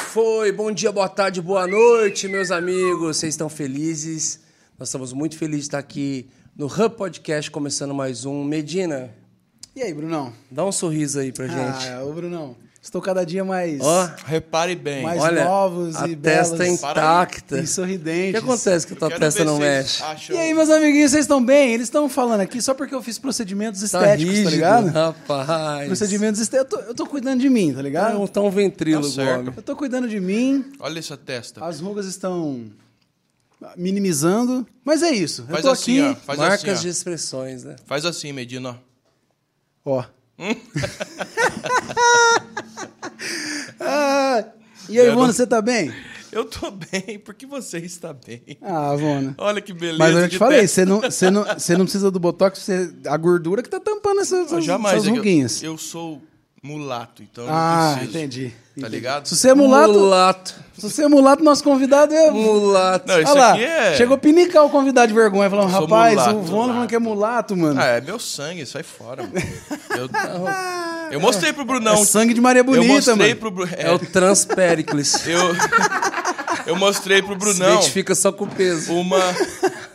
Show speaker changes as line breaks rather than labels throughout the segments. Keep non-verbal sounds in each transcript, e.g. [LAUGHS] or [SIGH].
foi? Bom dia, boa tarde, boa noite, meus amigos. Vocês estão felizes? Nós estamos muito felizes de estar aqui no Hub Podcast, começando mais um. Medina,
E aí, Brunão?
dá um sorriso aí pra gente.
Ah, ô Brunão, estou cada dia mais,
Ó,
Repare bem.
mais
olha,
novos
a
e
testa é
belos
intacta.
e
o que
sorridentes.
acontece que a tua testa não mexe?
E aí, meus amiguinhos, vocês estão bem? Eles estão falando aqui só porque eu fiz procedimentos
Tá
estéticos,
rígido,
tá ligado? é
rapaz.
Procedimentos estéticos. Eu tô, eu tô cuidando de mim, tá
Tá
ligado?
um, tá um ventrílogo,
Tá certo.
homem.
Eu tô cuidando de mim,
Olha essa testa.
as rugas estão minimizando, mas é isso. eu
Faz
tô
assim, ó.
aqui,
Faz
Marcas
assim, ó.
de expressões, né?
Faz assim, Medina, ó.
[LAUGHS]
ó. [LAUGHS] Ah, e aí,
Eu não-
Ivona, você tá bem?
Eu tô bem, porque você está bem.
Ah, Ivona.
Olha que beleza.
Mas eu já te
de
falei,
testa.
você não,
[LAUGHS]
você, não, você não precisa do Botox, você, a gordura que tá tampando essas,
Eu
essas,
Jamais.
essas
é que
ruguinhas.
Eu, eu sou mulato, então eu não
ah,
preciso.
entendi.
Tá
entendi.
ligado?
Se você é mulato,
Mulato.
se você é mulato, nosso convidado é...
Mulato.
Não, isso
Olha lá,
aqui é...
chegou a pinicar o convidado de vergonha, falando,
sou
rapaz, o
mulato,
Vono falando que é mulato, mano.
Ah, é meu sangue, sai fora, mano.
[LAUGHS]
Eu, eu mostrei pro Brunão.
É sangue de Maria
eu
Bonita,
mostrei
mano.
pro Brunão.
É o Transpéricles.
eu, eu [LAUGHS] mostrei pro
Se
Brunão
identifica só com o peso.
uma,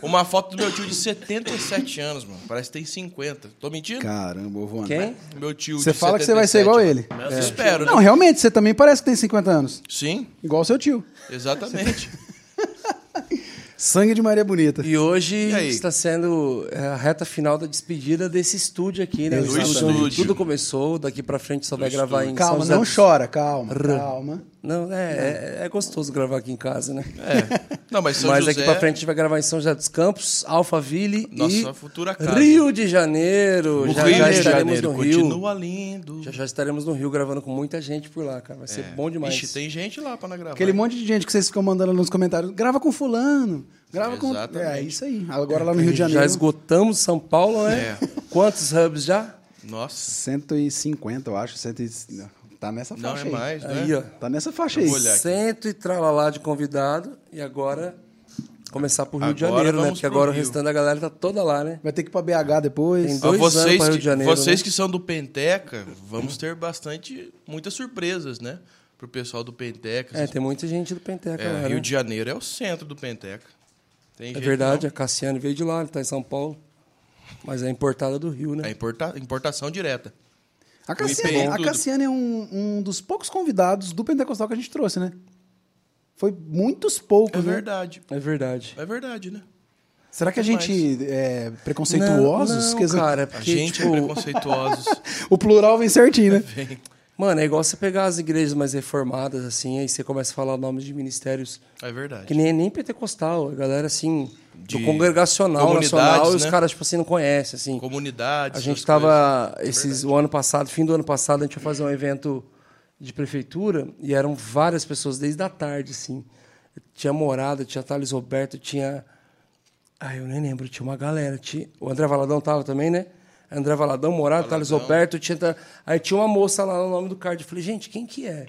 uma foto do meu tio de 77 anos, mano. Parece que tem 50. Tô mentindo?
Caramba, ô, Vono.
Quem?
Meu tio
Você
de
fala que você vai ser
77,
igual
mano.
ele.
Eu espero, né?
Não, realmente, você também parece que tem 50 anos.
Sim,
Igual seu tio.
exatamente.
Sangue de Maria Bonita.
E hoje
aí?
está sendo é, a reta final da despedida desse estúdio aqui, né?
Do
O
estúdio.
Tudo começou, daqui pra frente só vai gravar em São
Calma,
José
não
do-
chora, calma, calma.
Não, é, é, é gostoso gravar aqui em casa, né?
É. Não, mas
[LAUGHS]
São
Mas
José,
daqui pra frente a gente vai gravar em São José dos Campos, Alphaville
Nossa
e
futura casa.
Rio de Janeiro.
o
já,
Rio
já
de
estaremos
Janeiro
no Rio.
continua lindo.
Já, já estaremos no Rio gravando com muita gente por lá, cara. Vai ser bom demais.
É. Ixi, tem gente lá pra nós gravar.
Aquele monte de gente que vocês ficam mandando nos comentários. Grava com fulano. Grava com.
Exatamente.
É isso aí. Agora lá no Rio de
Já
Janeiro.
esgotamos São Paulo,
É.
né? Quantos hubs já?
Nossa,
150, eu acho. 100... não, Tá nessa
não
faixa.
é
aí.
mais, né?
Aí, ó.
Tá nessa faixa
Eu
aí.
vou olhar. aqui.
Cento e tralalá de convidado. E agora começar pro Rio de
Agora
Janeiro, né?
vamos
Porque
pro
agora o
Rio.
restante da galera tá toda lá, né?
Vai ter que ir pra BH depois.
Tem
Ó,
dois anos
vocês
pra Rio
que,
de Janeiro,
vocês
né?
que são do Penteca, vamos ter bastante, muitas surpresas, né? Pro pessoal do Penteca.
É, tem muita gente do Penteca
É,
lá, né?
Rio de Janeiro é o centro do Penteca. Tem
É
jeito,
verdade, a Cassiane veio de lá, ele tá em São Paulo. Mas é importada do Rio,
não. É
né?
importa- importação direta.
A Cassiane,
IPM
a
tudo.
Cassiane é um, um dos poucos convidados do Pentecostal que a gente trouxe, né? Foi muitos
É
poucos, né?
verdade.
É verdade.
É verdade, né?
Será que a gente é
Não,
preconceituosos? Quer
não,
dizer,
cara, é
A
porque,
gente
tipo,
é preconceituosos.
[LAUGHS] O plural vem certinho, né?
Mano, é igual você pegar as igrejas mais reformadas, assim, aí você começa a falar nomes de ministérios
É verdade.
que nem, nem pentecostal, a galera, assim, do
De
congregacional,
comunidades,
nacional, e os
né?
caras, tipo assim, não conhecem, assim.
Comunidades.
A gente
essas coisas. né? É
estava esses o ano passado, fim do ano passado, a gente foi fazer um evento de prefeitura e eram várias pessoas desde a tarde, assim. Tinha morada, tinha Thales Roberto, tinha ah, eu nem lembro, tinha uma galera, tinha... o André Valadão tava também, né? André Valadão, Morado, Thales Roberto, tinha... ta- aí tinha uma moça lá no nome do card. Eu falei, gente, quem que é?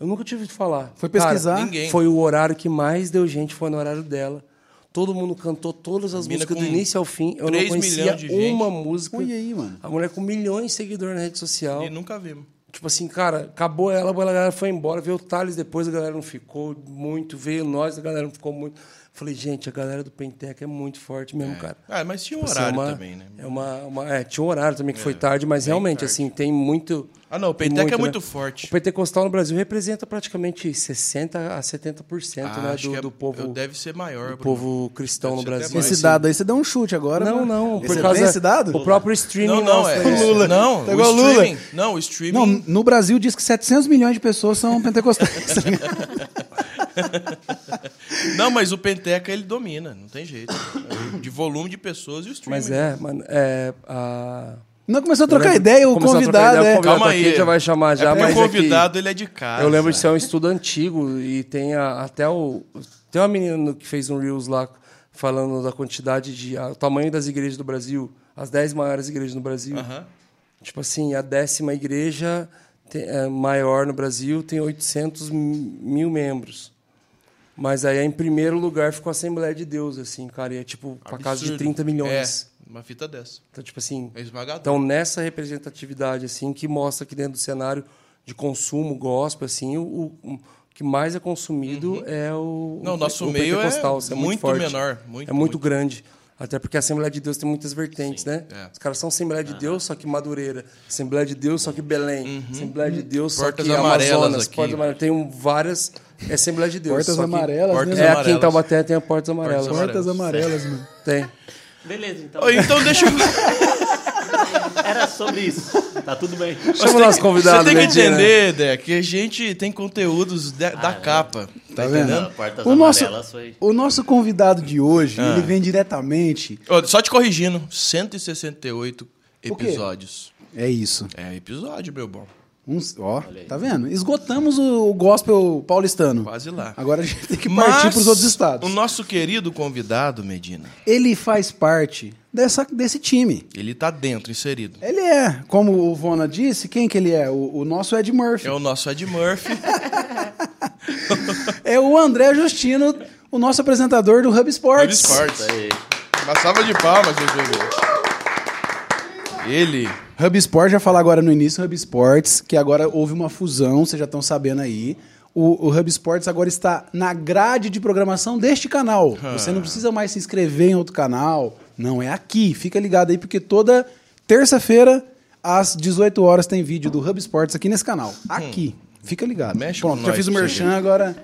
Eu nunca tive ouvido falar.
Foi pesquisar?
Hum. Ninguém.
Foi o horário que mais deu gente, foi no horário dela. Todo mundo cantou todas as
Mina
músicas do
com
início ao fim. Eu não
3
conhecia
milhões de gente.
uma música.
Olha aí, mano.
A mulher com milhões de seguidores na rede social.
E nunca vimos.
Tipo assim, cara, acabou ela, a galera foi embora, veio o Thales depois, a galera não ficou muito, veio nós, a galera não ficou muito. Falei, gente, a galera do Penteca é muito forte mesmo, cara.
Ah, mas tinha um
Assim,
horário
é uma-
também, né?
É uma, uma- é, tinha um horário também que foi tarde, mas realmente, assim, tem muito.
Ah, não, o
tem
Penteca é
né?
muito forte.
O pentecostal no Brasil representa praticamente 60% a 70%
Ah,
né,
acho
do,
que é-
do povo,
Deve ser maior.
do
Bruno.
povo cristão
Deve
no
ser até
Brasil.
mais.
Esse
assim.
dado aí você deu um chute agora.
Não,
mano.
não,
Esse,
por
vem
causa.
esse dado?
O próprio streaming.
Não, não,
nosso,
é.
né?
Lula.
Não,
Tá
o
igual Lula.
streaming. Não, o streaming.
Não, no Brasil diz que 700 milhões de pessoas são pentecostais.
Não, mas o Penteca ele domina, não tem jeito. De volume de pessoas e o streaming.
Mas é, mano, é. a-
não começou a trocar ideia, o
Começou a trocar
convidado
ideia,
é.
o convidado
Calma
tá aqui,
aí.
já vai chamar já,
é porque
mas
o
é que-
convidado ele é de casa.
Eu lembro de ser um estudo antigo e tem a- até o. Tem uma menina no- que fez um Reels lá falando da quantidade de. a- o tamanho das igrejas do Brasil, as 10 maiores igrejas no Brasil.
Aham.
Tipo assim, a décima igreja te- é, maior no Brasil tem 800 mi- mil membros. Mas aí, em primeiro lugar, ficou a Assembleia de Deus, assim, cara. E é tipo, pra casa de
Absurdo.
30 milhões.
É, uma fita dessa.
Então, tipo assim,
É esmagador.
então, nessa representatividade, assim, que mostra que dentro do cenário de consumo gospel, assim, o, o- que mais é consumido é o,
Uhum. Não,
o-
nosso
o
meio é
pentecostal, isso
muito
forte.
menor, muito,
é muito,
muito.
grande. Até porque a Assembleia de Deus tem muitas vertentes, né?
é.
Os caras são Assembleia de Deus, só que Madureira. Assembleia de Deus, só que Belém. Assembleia de Deus, só
Uhum. Portas
que
amarelas
Amazonas.
aqui.
Portas amarelas. Tem um- várias Assembleias de Deus.
Portas
só que-
amarelas,
Portas
né?
É, aqui
amarelas.
em Taubaté tem a Portas Amarelas.
Portas
Portas amarelas, mano.
Tem.
Beleza, então.
Ô, Então deixa eu...
Era sobre isso. Tá tudo bem.
Chama o nosso
Você
convidado,
tem que
né,
Medina.
entender, Dé, que a gente tem conteúdos da-
Ah,
da
é.
capa. Tá entendendo?
Não, Portas
O nosso,
amarelas foi.
o nosso convidado de hoje, ele vem diretamente.
Ó, Só te corrigindo, 168
quê?
episódios.
É isso.
É episódio, meu bom.
Uns- ó, tá vendo? Esgotamos o, o gospel paulistano.
Quase lá.
Agora a gente tem Ah, que partir pros outros estados.
o nosso querido convidado, Medina,
Ele faz parte dessa, desse time.
ele tá dentro, inserido.
Ele é, como o Vona disse, quem que ele é? O, o nosso Ed Murphy.
É o nosso Ed Murphy.
[LAUGHS] É o André Justino, o nosso apresentador do Hub Sports.
Hub Sports.
Isso aí.
Uma salva de palmas, meu Ele.
Hub Sports, já falar agora no início, Hub Sports, que agora houve uma fusão, vocês já estão sabendo aí. O, o Hub Sports agora está na grade de programação deste canal.
Ah.
Você não precisa mais se inscrever em outro canal. Não, é aqui. Fica ligado aí, porque toda terça-feira, às 18 horas, tem vídeo do Hub Sports aqui nesse canal. Aqui. Fica ligado.
Hum. Mexe
Pronto,
com
já
nós,
fiz o
gente.
merchan agora.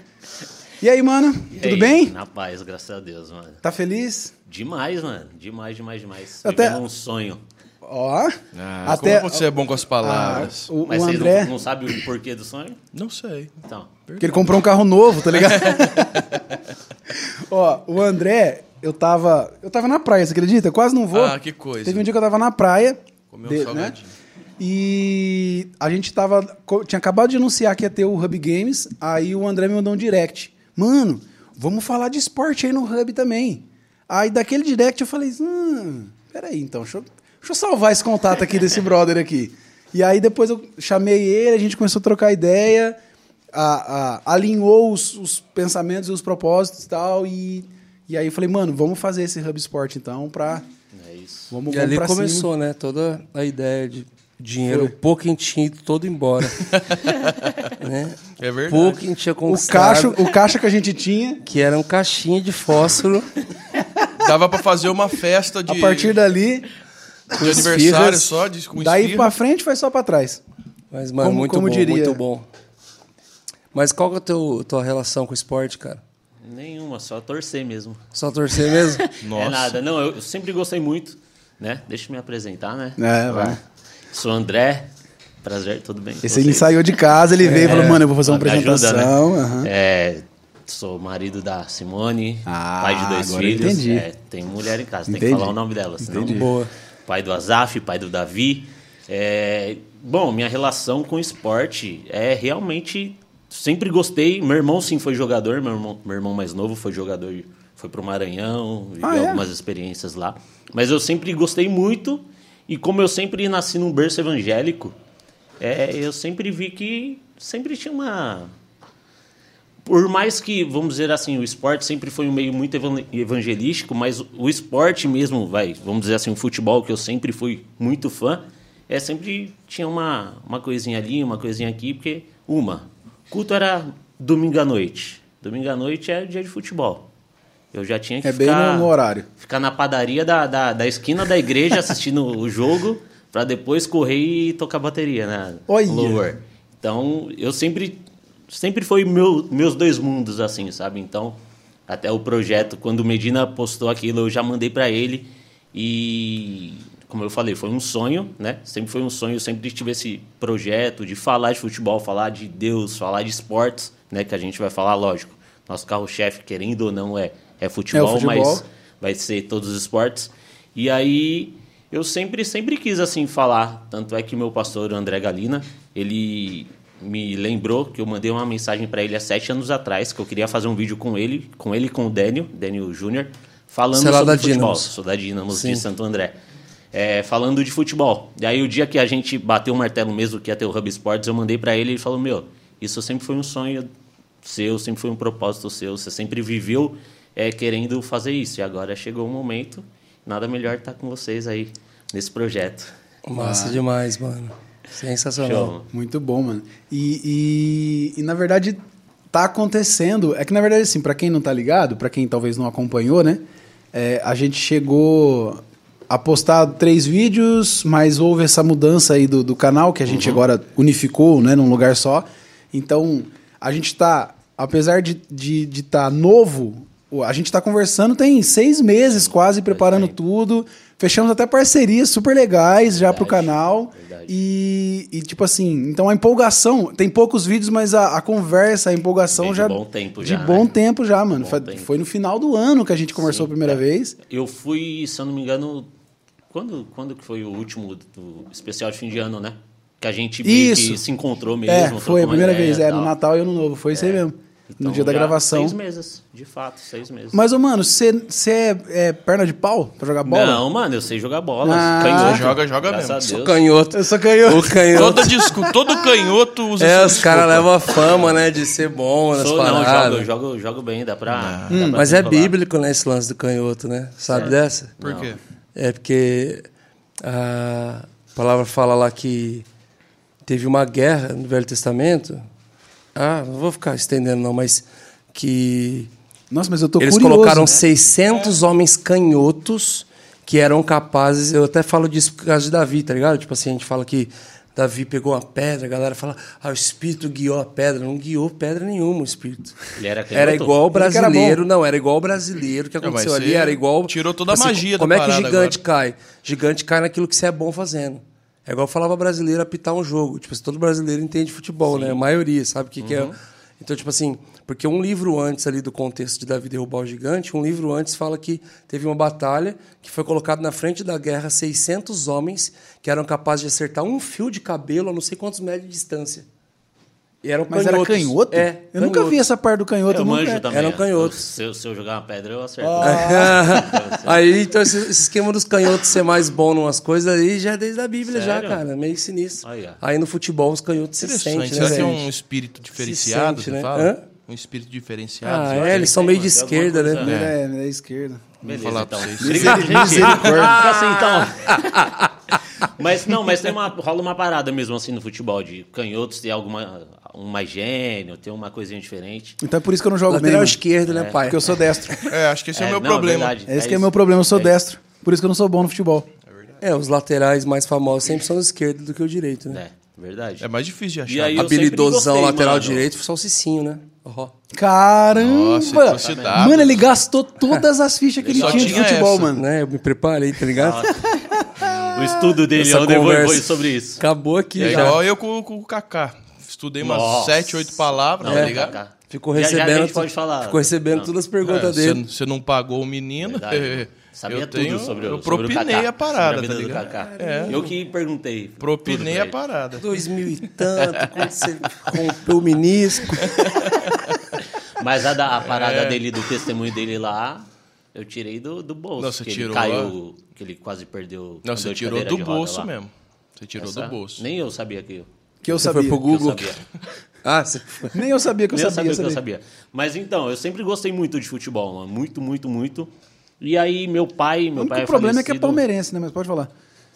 E aí, mano?
E
Tudo
aí?
bem?
Na paz, graças a Deus, mano.
Tá feliz?
Demais, mano. Demais, demais, demais.
Até-
Vivendo um sonho.
Ó.
Ah, Até... Como você é bom com as palavras?
o,
Mas
o
vocês
André,
não, não sabem o porquê do sonho?
Não sei.
Então.
que ele comprou um carro novo, tá
[LAUGHS]
ligado? Ó, o André, eu tava, eu tava na praia, você acredita? Eu quase não vou.
Ah, que coisa.
Teve um dia que eu tava na praia.
Comeu
de- né?
um salgadinho.
E a gente tava. co- Tinha acabado de anunciar que ia ter o Hub Games, aí o André me mandou um direct. Mano, vamos falar de esporte aí no Hub também. Aí daquele direct eu falei, hum, peraí então, deixa eu, deixa eu salvar esse contato aqui
[LAUGHS]
desse brother aqui. E aí depois eu chamei ele, a gente começou a trocar ideia, a- a- alinhou os, os pensamentos e os propósitos e tal, e, e aí eu falei, mano, vamos fazer esse Hub Esporte então pra...
É isso.
Vamos,
E
vamos
ali
pra cima.
começou, né? Toda a ideia de dinheiro pouco em tinha ido todo
[LAUGHS]
embora. né?
É verdade.
Pouco em tinha
O
conquistado.
caixa, o caixa que a gente tinha...
Que era um caixinha de fósforo.
Dava pra fazer uma festa de,
A partir dali,
de
os
aniversário
firras,
só, de, com
daí
esfirra.
pra frente foi só pra trás.
Mas, mano,
Como-
muito
como
bom,
diria?
muito bom. Mas qual que é a teu, tua relação com o esporte, cara?
Nenhuma, só torcer mesmo.
Só torcer
[LAUGHS]
mesmo?
Nossa.
É nada. Não, eu sempre gostei muito, né? Deixa eu me apresentar, né?
É, vai.
Sou o André. Prazer, tudo bem? com
Esse ele
vocês?
saiu de casa, ele veio e falou, mano, eu vou fazer uma
É, Me ajuda,
apresentação.
né?
aham.
É, sou marido da Simone,
Ah,
pai de dois
agora
filhos.
entendi.
É, tem mulher em casa, tem
Entendi.
que falar o nome dela. senão-
Entendi.
Boa.
Pai do Azaf, pai do Davi. É, bom, minha relação com esporte é realmente. Sempre gostei. Meu irmão, sim, foi jogador. Meu irmão, meu irmão mais novo foi jogador. Foi pro Maranhão, viveu
Ah, é?
algumas experiências lá. Mas eu sempre gostei muito. E como eu sempre nasci num berço evangélico, é, eu sempre vi que sempre tinha uma. Por mais que, vamos dizer assim, o esporte sempre foi um meio muito evan- evangelístico, mas o esporte mesmo, vai, vamos dizer assim, o futebol, que eu sempre fui muito fã, é sempre tinha uma, uma coisinha ali, uma coisinha aqui, porque, uma, culto era domingo à noite. Domingo à noite é dia de futebol. Eu já tinha que
É bem
ficar...
no- no horário.
Ficar na padaria da, da, da esquina da
[LAUGHS]
igreja assistindo o jogo pra depois correr e tocar bateria, né?
Olha!
Louvor. Então, eu sempre sempre foi meu, meus dois mundos assim, sabe? Então, até o projeto quando o Medina postou aquilo, eu já mandei pra ele e como eu falei, foi um sonho, né? Sempre foi um sonho, eu sempre tive esse projeto de falar de futebol, falar de Deus, falar de esportes, né, que a gente vai falar, lógico. Nosso carro-chefe, querendo ou não, é é futebol,
futebol.
mas vai ser todos os esportes. E aí eu sempre sempre quis assim falar, tanto é que meu pastor André Galina, ele me lembrou que eu mandei uma mensagem para ele há sete anos atrás que eu queria fazer um vídeo com ele, com ele e com o Daniel, Daniel Júnior, falando
Você é lá
sobre
da
futebol,
Dínamos.
sou da Dinamos
Sim.
de Santo André. É, falando de futebol. E aí o dia que a gente bateu o martelo mesmo que ia ter o Hub Sports, eu mandei para ele e ele falou: "Meu, isso sempre foi um sonho seu, sempre foi um propósito seu, você sempre viveu é, querendo fazer isso. E agora chegou o momento, nada melhor estar com vocês aí nesse projeto.
Ah.
Então,
Massa demais, mano. Sensacional.
Show.
Muito bom, mano. E, e- e, na verdade, tá acontecendo. É que, na verdade, assim, para quem não tá ligado, para quem talvez não acompanhou, né? é, a gente chegou a postar três vídeos, mas houve essa mudança aí do, do canal, que a
Uhum.
gente agora unificou, né? Num lugar só. Então, a gente tá, apesar de estar de, de tá novo, o- a gente tá conversando tem seis meses quase, preparando tudo. Fechamos até parcerias super legais já pro canal.
verdade.
E, e, tipo assim, então a empolgação, tem poucos vídeos, mas a, a conversa, a empolgação
Vem de
já.
bom tempo
de
já,
bom
né?
tempo já, mano.
Bom
Fa-
tempo. é.
Foi no final do ano que a gente conversou a primeira vez.
Eu fui, se eu não me engano, quando, quando que foi o último do especial de fim de ano, né? Que a gente meio que
Isso.
se encontrou mesmo.
É,
trocou
foi a
uma
primeira
ideia
vez,
e
é,
tal.
no Natal e Ano Novo, foi isso aí mesmo.
Então,
no dia da
já
gravação.
Seis meses, de fato, seis meses.
Mas, ô, mano, você é, é perna de pau pra jogar bola?
Não, mano, eu sei jogar bola.
Ah.
canhoto.
Joga, joga
Graças
mesmo.
a
Sou
Deus.
canhoto.
Eu sou canhoto.
O canhoto.
Todo, disco, [LAUGHS] todo canhoto usa
É,
essa
os caras levam a fama, né, de ser bom nas
Sou, não,
paradas.
jogo, jogo, jogo bem, dá pra.
Hum,
dá pra
Mas é
desenrolar.
bíblico, né, esse lance do canhoto, né? Sabe dessa?
Por quê?
É porque a palavra fala lá que teve uma guerra no Velho Testamento. Ah, não vou ficar estendendo não, mas que
Nossa, mas eu tô
eles
curioso. né?
colocaram
É.
600 homens canhotos que eram capazes. Eu até falo disso por causa de Davi, tá ligado? Tipo assim, a gente fala que Davi pegou uma pedra, a galera fala, ah, o espírito guiou a pedra. Não guiou pedra nenhuma o espírito.
Ele era canhoto?
Era igual o
Ele que era
brasileiro, não, era igual o brasileiro que
mas
aconteceu
você
ali, era igual.
tirou toda a magia
Como
da
é que
parada
gigante cai? Gigante cai naquilo que você é bom fazendo. É igual eu falava brasileiro apitar um jogo. Tipo, assim, todo brasileiro entende futebol, né? A maioria sabe o que, que é.
Uhum.
Então, tipo assim, porque um livro antes ali do contexto de Davi derrubar o gigante, um livro antes fala que teve uma batalha que foi colocado na frente da guerra 600 homens que eram capazes de acertar um fio de cabelo a não sei quantos metros de distância. E eram
Mas era
canhotos.
canhoto?
É.
eu nunca
canhoto.
vi essa parte do canhoto.
Eu
nunca-
manjo também.
um
Eram
é.
canhotos.
Se eu, se eu jogar uma pedra, eu acerto.
Ah,
[LAUGHS] aí, então, esse, esse esquema dos canhotos ser mais bom em umas coisas aí já é desde a Bíblia,
Sério?
já, cara. Meio sinistro.
Aí, ó.
Aí no futebol os canhotos se sentem,
Interessante.
né,
Será que é
velho?
um espírito diferenciado,
sente,
você
né?
fala?
Hã?
Um espírito diferenciado.
Ah,
sei lá.
é, eles são meio de
Tem alguma
esquerda,
coisa,
né?
né?
É, é esquerda.
Beleza,
falar pra
então.
vocês.
Obrigado, gente. Fica assim, então. [LAUGHS] mas não, mas tem uma, rola uma parada mesmo assim no futebol de canhotos tem alguma um mais gênio, tem uma coisinha diferente.
Então é por isso que eu não jogo bem.
Lateral
mano.
esquerdo, né, pai?
Porque eu sou destro.
É, acho que esse é, o meu
não,
problema.
verdade,
Esse que é
isso.
meu problema, eu sou
É
destro. Por isso que eu não sou bom no futebol.
É, os laterais mais famosos sempre são os esquerdos do que o direito,
isso.
né?
É, verdade.
É mais difícil de
E
achar.
aí, eu sempre
Habilidosão,
gostei,
lateral
mano.
direito, só o Cicinho, né? Ó.
Caramba!
Nossa, tô citado.
mano, ele gastou todas as fichas que ele
Só
tinha de
tinha
futebol,
essa.
mano.
Né? Eu me preparei, tá ligado?
Ah, O estudo dele
Essa
é o Devoi
conversa.
Boi sobre isso.
Acabou aqui
É
já.
igual eu com, com o Kaká. Estudei umas
Nossa.
sete, oito palavras,
Não,
tá
é,
ligado?
Kaká.
Ficou
Já, já a
recebendo,
gente pode falar. Ah.
ficou recebendo
Não.
todas as perguntas
É,
dele.
Você não pagou o menino.
Verdade.
[LAUGHS]
Sabia
É, eu
tudo
tenho,
sobre,
Eu
o- sobre o Kaká.
propinei a parada,
sobre
tá
vida do
ligado?
Kaká. É. Eu que perguntei. tudo pra
Propinei a
ele.
parada.
Dois mil e tanto, quando você rompeu o menisco.
Mas a, da- a parada
É.
dele, do testemunho dele lá, eu tirei do, do bolso.
Nossa,
que
tirou,
ele caiu, que ele quase perdeu.
Não,
andou
você
de
tirou
cadeira
do
de roda
bolso
lá.
mesmo. Você tirou
Essa-
do bolso.
Nem eu sabia que eu,
Que eu
Você
sabia.
foi pro
que eu
Google.
[LAUGHS]
sabia.
Ah, você foi.
Nem eu sabia que eu
Nem eu
sabia.
sabia
eu
o que eu
sabia.
sabia. Mas então, eu sempre gostei muito de futebol, mano. Muito, muito, muito. E aí, meu pai.
O
Meu
único
pai
problema é que é
falecido-
palmeirense, né? Mas pode falar.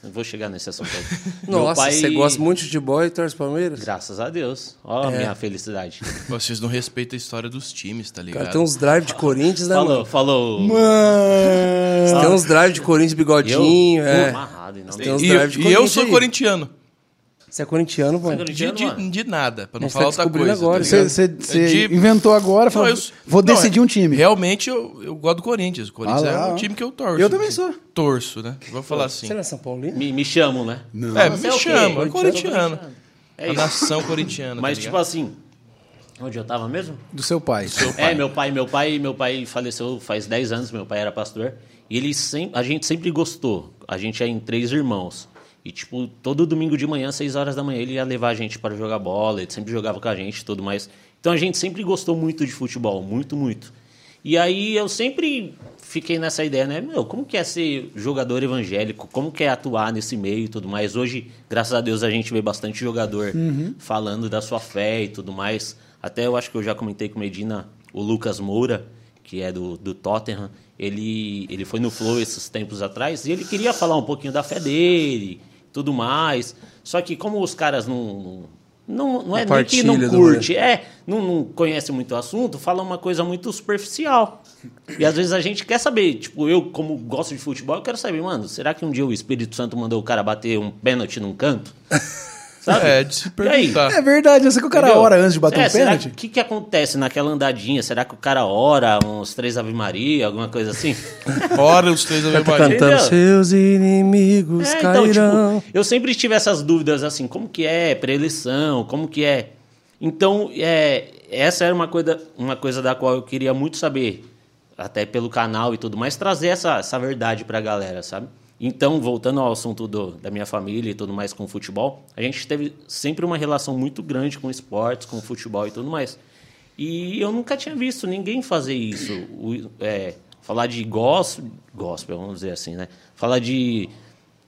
Eu Vou chegar nesse assunto aí.
[LAUGHS]
Meu
Nossa,
pai-
você gosta muito de futebol e torce Palmeiras?
Graças a Deus. Ó, a minha felicidade.
Vocês não respeitam a história dos times, tá ligado?
Cara, tem uns drive de Corinthians, né,
Falou,
mano?
falou.
Mano!
Tem uns drive de Corinthians
E eu,
bigodinho,
Pô,
é.
amarrado, em nome
Tem uns
e,
drive de
e eu
Corinthians
sou
aí.
corintiano.
Você é corintiano, mano?
do-
De,
Corintiano, mano.
de, de nada, pra não
Mas tá
falar outra
descobrindo
coisa.
agora,
ligado?
Você- Você você
É De-
inventou agora, falou,
Não, eu-
vou
não,
decidir
é-
um time.
Realmente eu, eu gosto do Corinthians. O Corinthians
Ah, lá,
é
ó.
um time que eu torço.
Eu também sou.
Torço, né? Vou falar assim.
Você não é São Paulino?
Me, me chamam, né? Não.
É, me chama, é corintiano.
É
a
isso.
nação corintiana.
Mas,
tá
tipo
ligado?
assim, onde eu tava mesmo?
Do seu pai.
É, meu pai, meu pai, meu pai faleceu faz 10 anos, meu pai era pastor. E ele sempre, a gente sempre gostou. A gente é em três irmãos. E, tipo, todo domingo de manhã, 6 horas da manhã, ele ia levar a gente para jogar bola, ele sempre jogava com a gente e tudo mais. Então a gente sempre gostou muito de futebol, muito, muito. E aí eu sempre fiquei nessa ideia, né? Meu, como que é ser jogador evangélico? Como que é atuar nesse meio e tudo mais? Hoje, graças a Deus, a gente vê bastante jogador
Uhum.
falando da sua fé e tudo mais. Até eu acho que eu já comentei com o Medina, o Lucas Moura, que é do, do Tottenham. Ele, ele foi no Flow esses tempos atrás e ele queria falar um pouquinho da fé dele tudo mais. Só que como os caras não, não- Não, não é nem que
Compartilha
não
do
curte, é, não, não conhece muito o assunto, fala uma coisa muito superficial. E às vezes a gente quer saber, tipo, eu como gosto de futebol, eu quero saber, mano, será que um dia o Espírito Santo mandou o cara bater um pênalti num
[LAUGHS]
canto? Sabe?
É, de se
E aí?
perguntar.
[LAUGHS] É verdade, eu sei que o cara
Entendeu?
hora antes de bater
É,
um
será
pênalti.
que- O que, que acontece naquela andadinha? Será que o cara ora uns três Ave Maria, alguma
[LAUGHS]
coisa assim?
Ora os três Ave
Tá
Maria.
cantando
Entendeu?
seus inimigos
É, então,
cairão.
tipo, eu sempre tive essas dúvidas assim, como que é pré-eleição, como que é. Então, é, essa era uma coisa, uma coisa da qual eu queria muito saber, até pelo canal e tudo mais, trazer essa, essa verdade pra galera, sabe? Então, voltando ao assunto do- da minha família e tudo mais com o futebol, a gente teve sempre uma relação muito grande com esportes, com futebol e tudo mais. E eu nunca tinha visto ninguém fazer isso. O- é, falar de gospel, gospel, vamos dizer assim, né? Falar de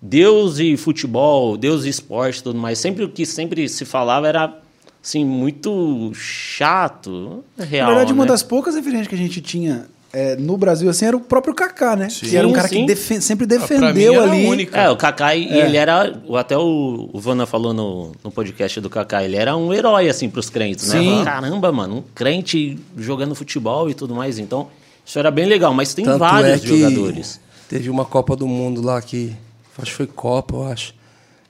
Deus e futebol, Deus e esporte e tudo mais. Sempre o que sempre se falava era, assim, muito chato, real,
Na verdade, uma
né?
das poucas referências que a gente tinha é, no Brasil assim era o próprio Kaká, né?
Sim.
Que era um
Sim,
cara que
sim.
defen- sempre
pra mim
defendeu
era
ali.
a única.
É, o Kaká, e ele era. o- Até o, o Vana falou no, no podcast do Kaká, ele era um herói, assim, pros crentes,
Sim.
né? Caramba, mano, um crente jogando futebol e tudo mais. Então, isso era bem legal, mas tem
Tanto
vários
é que
jogadores.
Teve uma Copa do Mundo lá que. Acho que foi Copa, eu acho.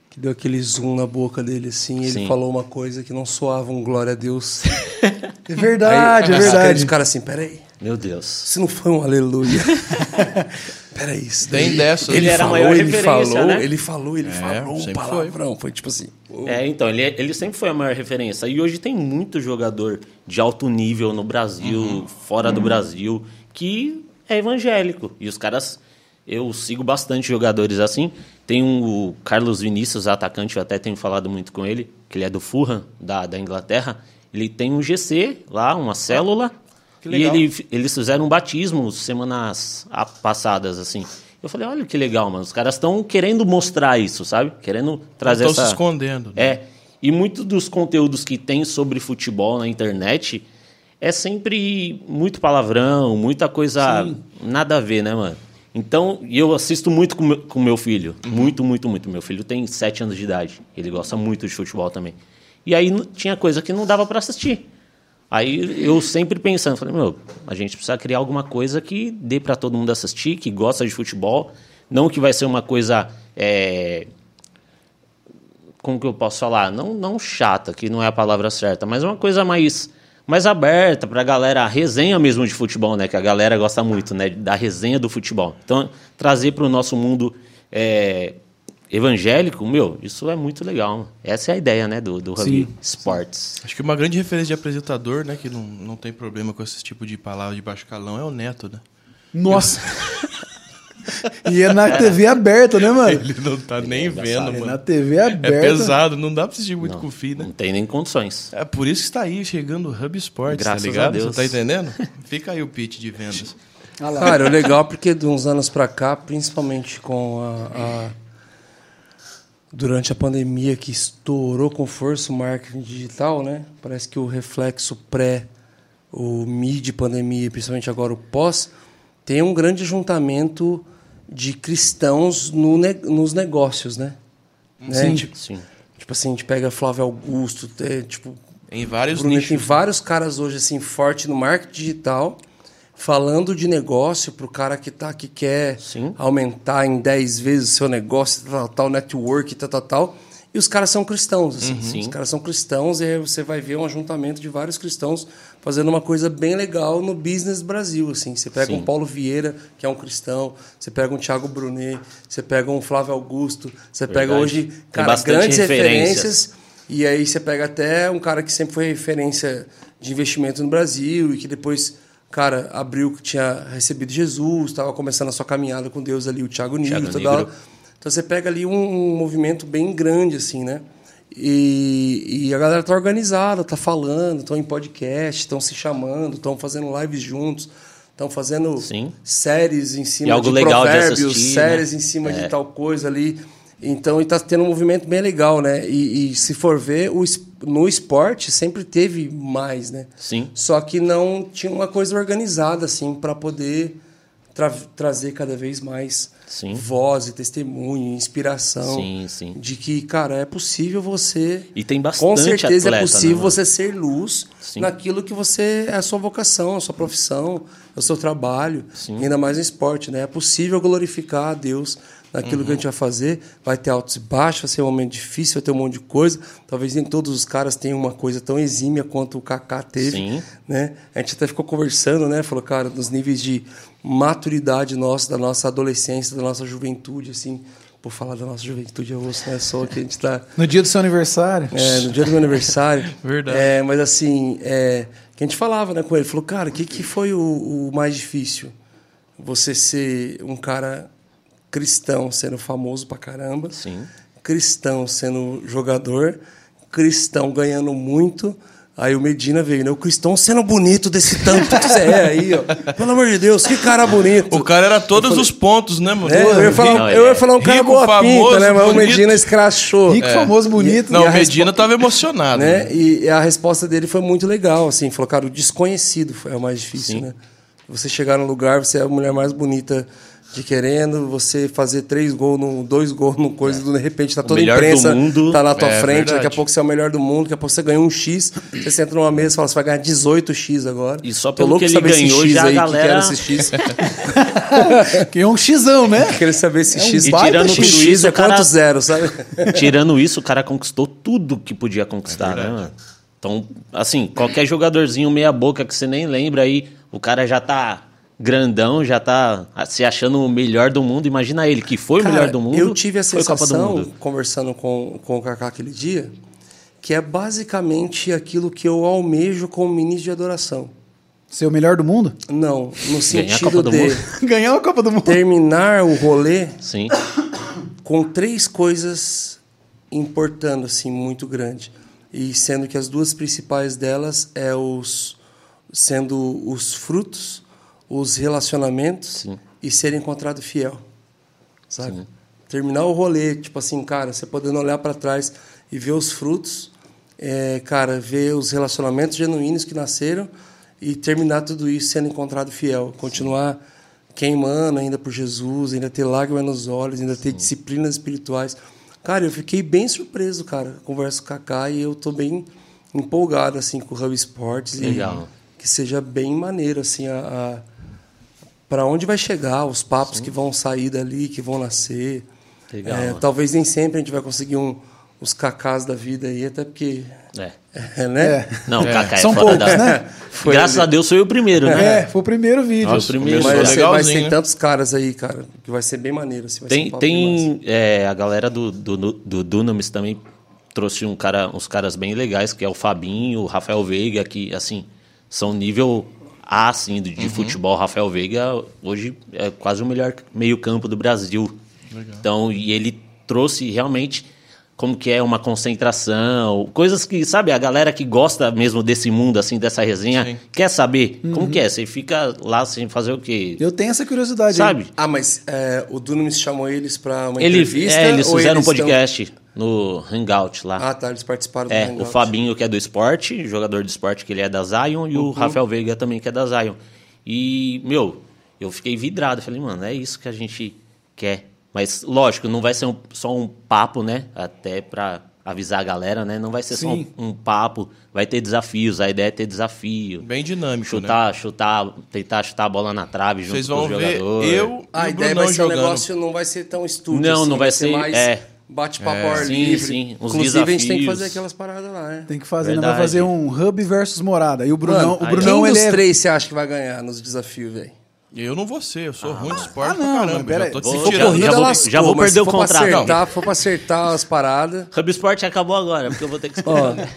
Que deu aquele zoom na boca dele, assim. Ele
Sim.
falou uma coisa que não soava um glória a Deus.
É verdade,
Aí,
é
os caras- Os
verdade.
caras assim, peraí.
Meu Deus.
Isso não foi um aleluia. peraí, isso daí.
Tem dessas.
Ele,
Ele era a
falou,
maior
ele
referência,
falou,
né?
ele falou, ele falou um
sempre
palavrão. Foi tipo assim. ô,
É, então, ele, ele sempre foi a maior referência. E hoje tem muito jogador de alto nível no Brasil, fora do Brasil, que é evangélico. E os caras. Eu sigo bastante jogadores assim. Tem um, o Carlos Vinícius, atacante, eu até tenho falado muito com ele, que ele é do Fulham, da, da Inglaterra. Ele tem um GC lá, uma célula. E
legal.
ele e fi- eles fizeram um batismo semanas a- passadas, assim. Eu falei, olha que legal, mano. Os caras estão querendo mostrar isso, sabe? Querendo trazer
Estão se
essa...
escondendo, né?
É. E muito dos conteúdos que tem sobre futebol na internet é sempre muito palavrão, muita coisa nada a ver, né, mano? Então, e eu assisto muito com meu, com meu filho.
Uhum.
Muito, muito, muito. Meu filho tem sete anos de idade. Ele gosta muito de futebol também. E aí n- tinha coisa que não dava pra assistir. Aí eu sempre pensando, falei, meu, a gente precisa criar alguma coisa que dê pra todo mundo assistir, que gosta de futebol, não que vai ser uma coisa, é, como que eu posso falar, não, não chata, que não é a palavra certa, mas uma coisa mais, mais aberta pra galera, a resenha mesmo de futebol, né, que a galera gosta muito, né, da resenha do futebol. Então, trazer pro nosso mundo é, evangélico, meu, isso é muito legal. Essa é a ideia, né, do, do Rugby Sports.
Acho que uma grande referência de apresentador, né, que não, não tem problema com esse tipo de palavra de baixo calão, é o Neto, né?
Nossa. e é na TV aberta, né, mano?
[LAUGHS] Ele não tá nem vendo,
É na
mano.
TV
É
aberta.
pesado, não dá pra assistir muito com o Fih, né?
Não tem nem condições.
É por isso que está aí chegando o Hub Sports,
Graças
tá
a
ligado?
Deus.
Você tá entendendo? Fica aí o pitch de vendas.
Ah lá.
Cara, é legal porque de uns anos pra cá, principalmente com a, a- Durante a pandemia que estourou com força o marketing digital, né? Parece que o reflexo pré, o mid pandemia, principalmente agora o pós, tem um grande juntamento de cristãos no ne- nos negócios, né? né? Tipo,
Sim.
tipo assim, a gente pega Flávio Augusto, é, tipo,
Em vários
Bruno, tem
né?
nichos.
vários caras hoje assim forte no marketing digital falando de negócio pro cara que tá que quer
Sim.
aumentar em 10 vezes o seu negócio, tal, tal, tal, network, tal, tal, tal. E os caras são cristãos, assim.
Sim.
Os caras são cristãos e aí você vai ver um ajuntamento de vários cristãos fazendo uma coisa bem legal no business Brasil, assim. Você pega um Paulo Vieira, que é um cristão, você pega um Thiago Brunet, você pega um Flávio Augusto, você pega
Verdade.
hoje,
Tem
cara,
bastante
grandes
referências.
referências referências, E aí você pega até um cara que sempre foi referência de investimento no Brasil e que depois, cara, abriu que tinha recebido Jesus, estava começando a sua caminhada com Deus ali, o Thiago Nigro,
Thiago
toda hora.
Nigro.
Então você pega ali um, um movimento bem grande, assim, né? E, e a galera tá organizada, tá falando, estão em podcast, estão se chamando, estão fazendo lives juntos, estão fazendo
Sim.
séries em cima
E algo
de
legal de
provérbios,
assistir, né?
séries em cima de tal coisa ali. Então, está tendo um movimento bem legal, né? E, e se for ver, o es- no esporte sempre teve mais, né?
Sim.
Só que não tinha uma coisa organizada, assim, para poder tra- trazer cada vez mais
Sim.
voz e testemunho, inspiração.
Sim, sim.
De que, cara, é possível você.
E tem bastante
Com certeza
atleta,
é possível
né, mano?
você ser luz
Sim.
naquilo que você é a sua vocação, a sua profissão, é o seu trabalho, ainda mais no esporte, né? É possível glorificar a Deus naquilo
Uhum.
que a gente vai fazer. Vai ter altos e baixos, vai ser um momento difícil, vai ter um monte de coisa. Talvez nem todos os caras tenham uma coisa tão exímia quanto o Kaká teve,
Sim.
né? A gente até ficou conversando, né? Falou, cara, nos níveis de maturidade nossa, da nossa adolescência, da nossa juventude, assim. Por falar da nossa juventude, eu ouço, né? Só que a gente tá...
No dia do seu aniversário.
É, no dia do meu aniversário.
[LAUGHS] Verdade.
É, mas assim, é, que a gente falava né, com ele, falou, cara, o que, que foi o, o mais difícil? Você ser um cara cristão, sendo famoso pra caramba.
Sim.
Cristão sendo jogador, cristão ganhando muito. Aí o Medina veio, né? O cristão sendo bonito desse tanto que você é aí, ó. Pelo amor de Deus, que cara bonito.
O cara era todos os pontos, né, mano?
É, eu, ia falar,
Não, ele
eu ia
é
falar um cara
rico,
boa pinta,
famoso,
né? Mas o
bonito. É.
Medina escrachou.
Rico, famoso, bonito.
Não,
e
o
a
Medina tava emocionado.
né? E a resposta dele foi muito legal, assim, falou, cara, o desconhecido é o mais difícil,
Sim.
né? Você chegar num lugar, você é a mulher mais bonita de querendo, você fazer três gols, num, dois gols num coisa, do de repente tá toda a
É. melhor do
imprensa
mundo.
tá na tua
É,
frente, daqui a
verdade.
pouco você é o melhor do mundo, daqui a pouco você ganhou um X, você senta numa mesa e fala, você vai ganhar 18 X agora.
E só
Tô
pelo
louco
que ele
saber esse
ganhou,
X
já a
aí, que que
galera-
era esse
[LAUGHS]
X.
resposta- [LAUGHS] Que é um xizão, né?
Queria saber esse
É um
X.
E baita tirando
X,
tudo isso,
é
o cara-
quanto zero, sabe?
Tirando isso, o cara conquistou tudo que podia conquistar, né, mano? Então, assim, qualquer jogadorzinho meia boca que você nem lembra aí, o cara já tá grandão, já tá ah, se achando o melhor do mundo. Imagina ele, que foi
Cara,
o melhor do mundo.
Eu tive a
foi Copa do
sensação,
Mundo.
conversando com, com o Kaká aquele dia, que é basicamente aquilo que eu almejo como ministro de adoração.
Ser o melhor do mundo? [LAUGHS]
Não, no
Ganhar a Copa
sentido
do
de
Mundo.
Ganhar a Copa do Mundo.
terminar o rolê
Sim,
com três coisas importando assim muito grande e sendo que as duas principais delas é os sendo os frutos, os relacionamentos
Sim.
e ser encontrado fiel, sabe? Terminar o rolê, tipo assim, cara, você podendo olhar para trás e ver os frutos, é, cara, ver os relacionamentos genuínos que nasceram e terminar tudo isso sendo encontrado fiel, continuar queimando ainda por Jesus, ainda ter lágrimas nos olhos, ainda ter disciplinas espirituais. Cara, eu fiquei bem surpreso, cara. Converso com o Kaká e eu tô bem empolgado assim com o Hub Sports e
Legal.
que seja bem maneiro assim a, a para onde vai chegar, os papos que vão sair dali, que vão nascer.
Legal,
É,
mano.
talvez nem sempre a gente vai conseguir um, os cacás da vida aí, até porque.
é.
É, né?
Não, o Kaká é
São
fora
poucos,
da...
né?
Foi
[LAUGHS] Graças
ali.
a Deus foi o primeiro, né?
É, foi o primeiro vídeo.
Nossa, o primeiro.
começou
Mas,
legal.
você, mas
legalzinho,
tem
né?
tantos caras aí, cara, que vai ser bem maneiro. Assim, vai ser um
Tem,
papo demais.
tem é, a galera do, do, do Dunamis também trouxe um cara, uns caras bem legais, que é o Fabinho, o Rafael Veiga, que assim, são nível A assim, de de
Uhum.
futebol. Rafael Veiga hoje é quase o melhor meio-campo do Brasil. Então, e ele trouxe realmente como que é uma concentração, coisas que, sabe, a galera que gosta mesmo desse mundo, assim, dessa resenha,
Sim.
quer saber
Uhum.
como que é. Você fica lá sem fazer o quê?
Eu tenho essa curiosidade.
sabe?
Ah, mas é, o Dunamis chamou eles para uma
Ele,
entrevista?
é, eles
ou
fizeram um
estão-
podcast no Hangout lá.
Ah, tá, eles participaram
é,
do
o
Hangout.
Fabinho, que é do esporte, jogador de esporte, que ele é da Zion, e o Rafael Veiga também, que é da Zion. E, meu, eu fiquei vidrado. Falei, mano, é isso que a gente quer. Mas, lógico, não vai ser um- só um papo, né? Até pra avisar a galera, né? Não vai ser
Sim.
só um, um papo. Vai ter desafios. A ideia é ter desafio.
Bem dinâmico, né?
chutar, chutar, tentar chutar a bola na trave junto
Vocês
com
vão
o
ver
jogador.
eu
Ah,
e
a
o
ideia vai
Brunão
ser um
jogando.
negócio, não vai ser tão estúdio.
Não,
assim,
não vai ser-
mais
é.
bate-papo ao ar
Sim,
livre.
sim, uns
Inclusive, a gente tem que
desafios.
fazer aquelas paradas lá, né?
Tem que fazer, né? Vai
Verdade.
fazer um hub versus morada. E o Brunão, o
aí,
Brunão
Quem
ele
um dos
é...
três você acha que vai ganhar nos desafios, velho?
Eu não vou ser, eu sou ruim de esporte
ah, não,
pra
mas
caramba.
pera
Já
aí.
tô
Se
se
for
tirando.
corrida, já vou- já vou
mas
perder
se
o
for
contrato.
Pra acertar, for pra acertar as paradas.
Hub Sport acabou agora, porque eu vou ter que
Ó,
Ah,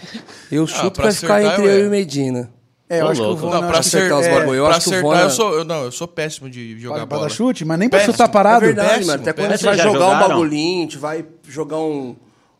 eu
pra
chuto que vai ficar
acertar,
entre
eu
eu
é.
e Medina.
É, eu
Ô,
acho que o
louco.
Vona...
Não, pra
acho que-
acertar os
é,
bagulho. Eu
pra
acho que o
acertar,
Vona-
eu sou. Não, eu sou péssimo de jogar
Pra, pra
bola.
dar chute, mas nem pra
Péssimo.
chutar
É
parado.
verdade,
péssimo,
mano. Até quando a gente
péssimo.
vai
Vocês já
jogar um
jogaram?
bagulhinho, a gente vai jogar um...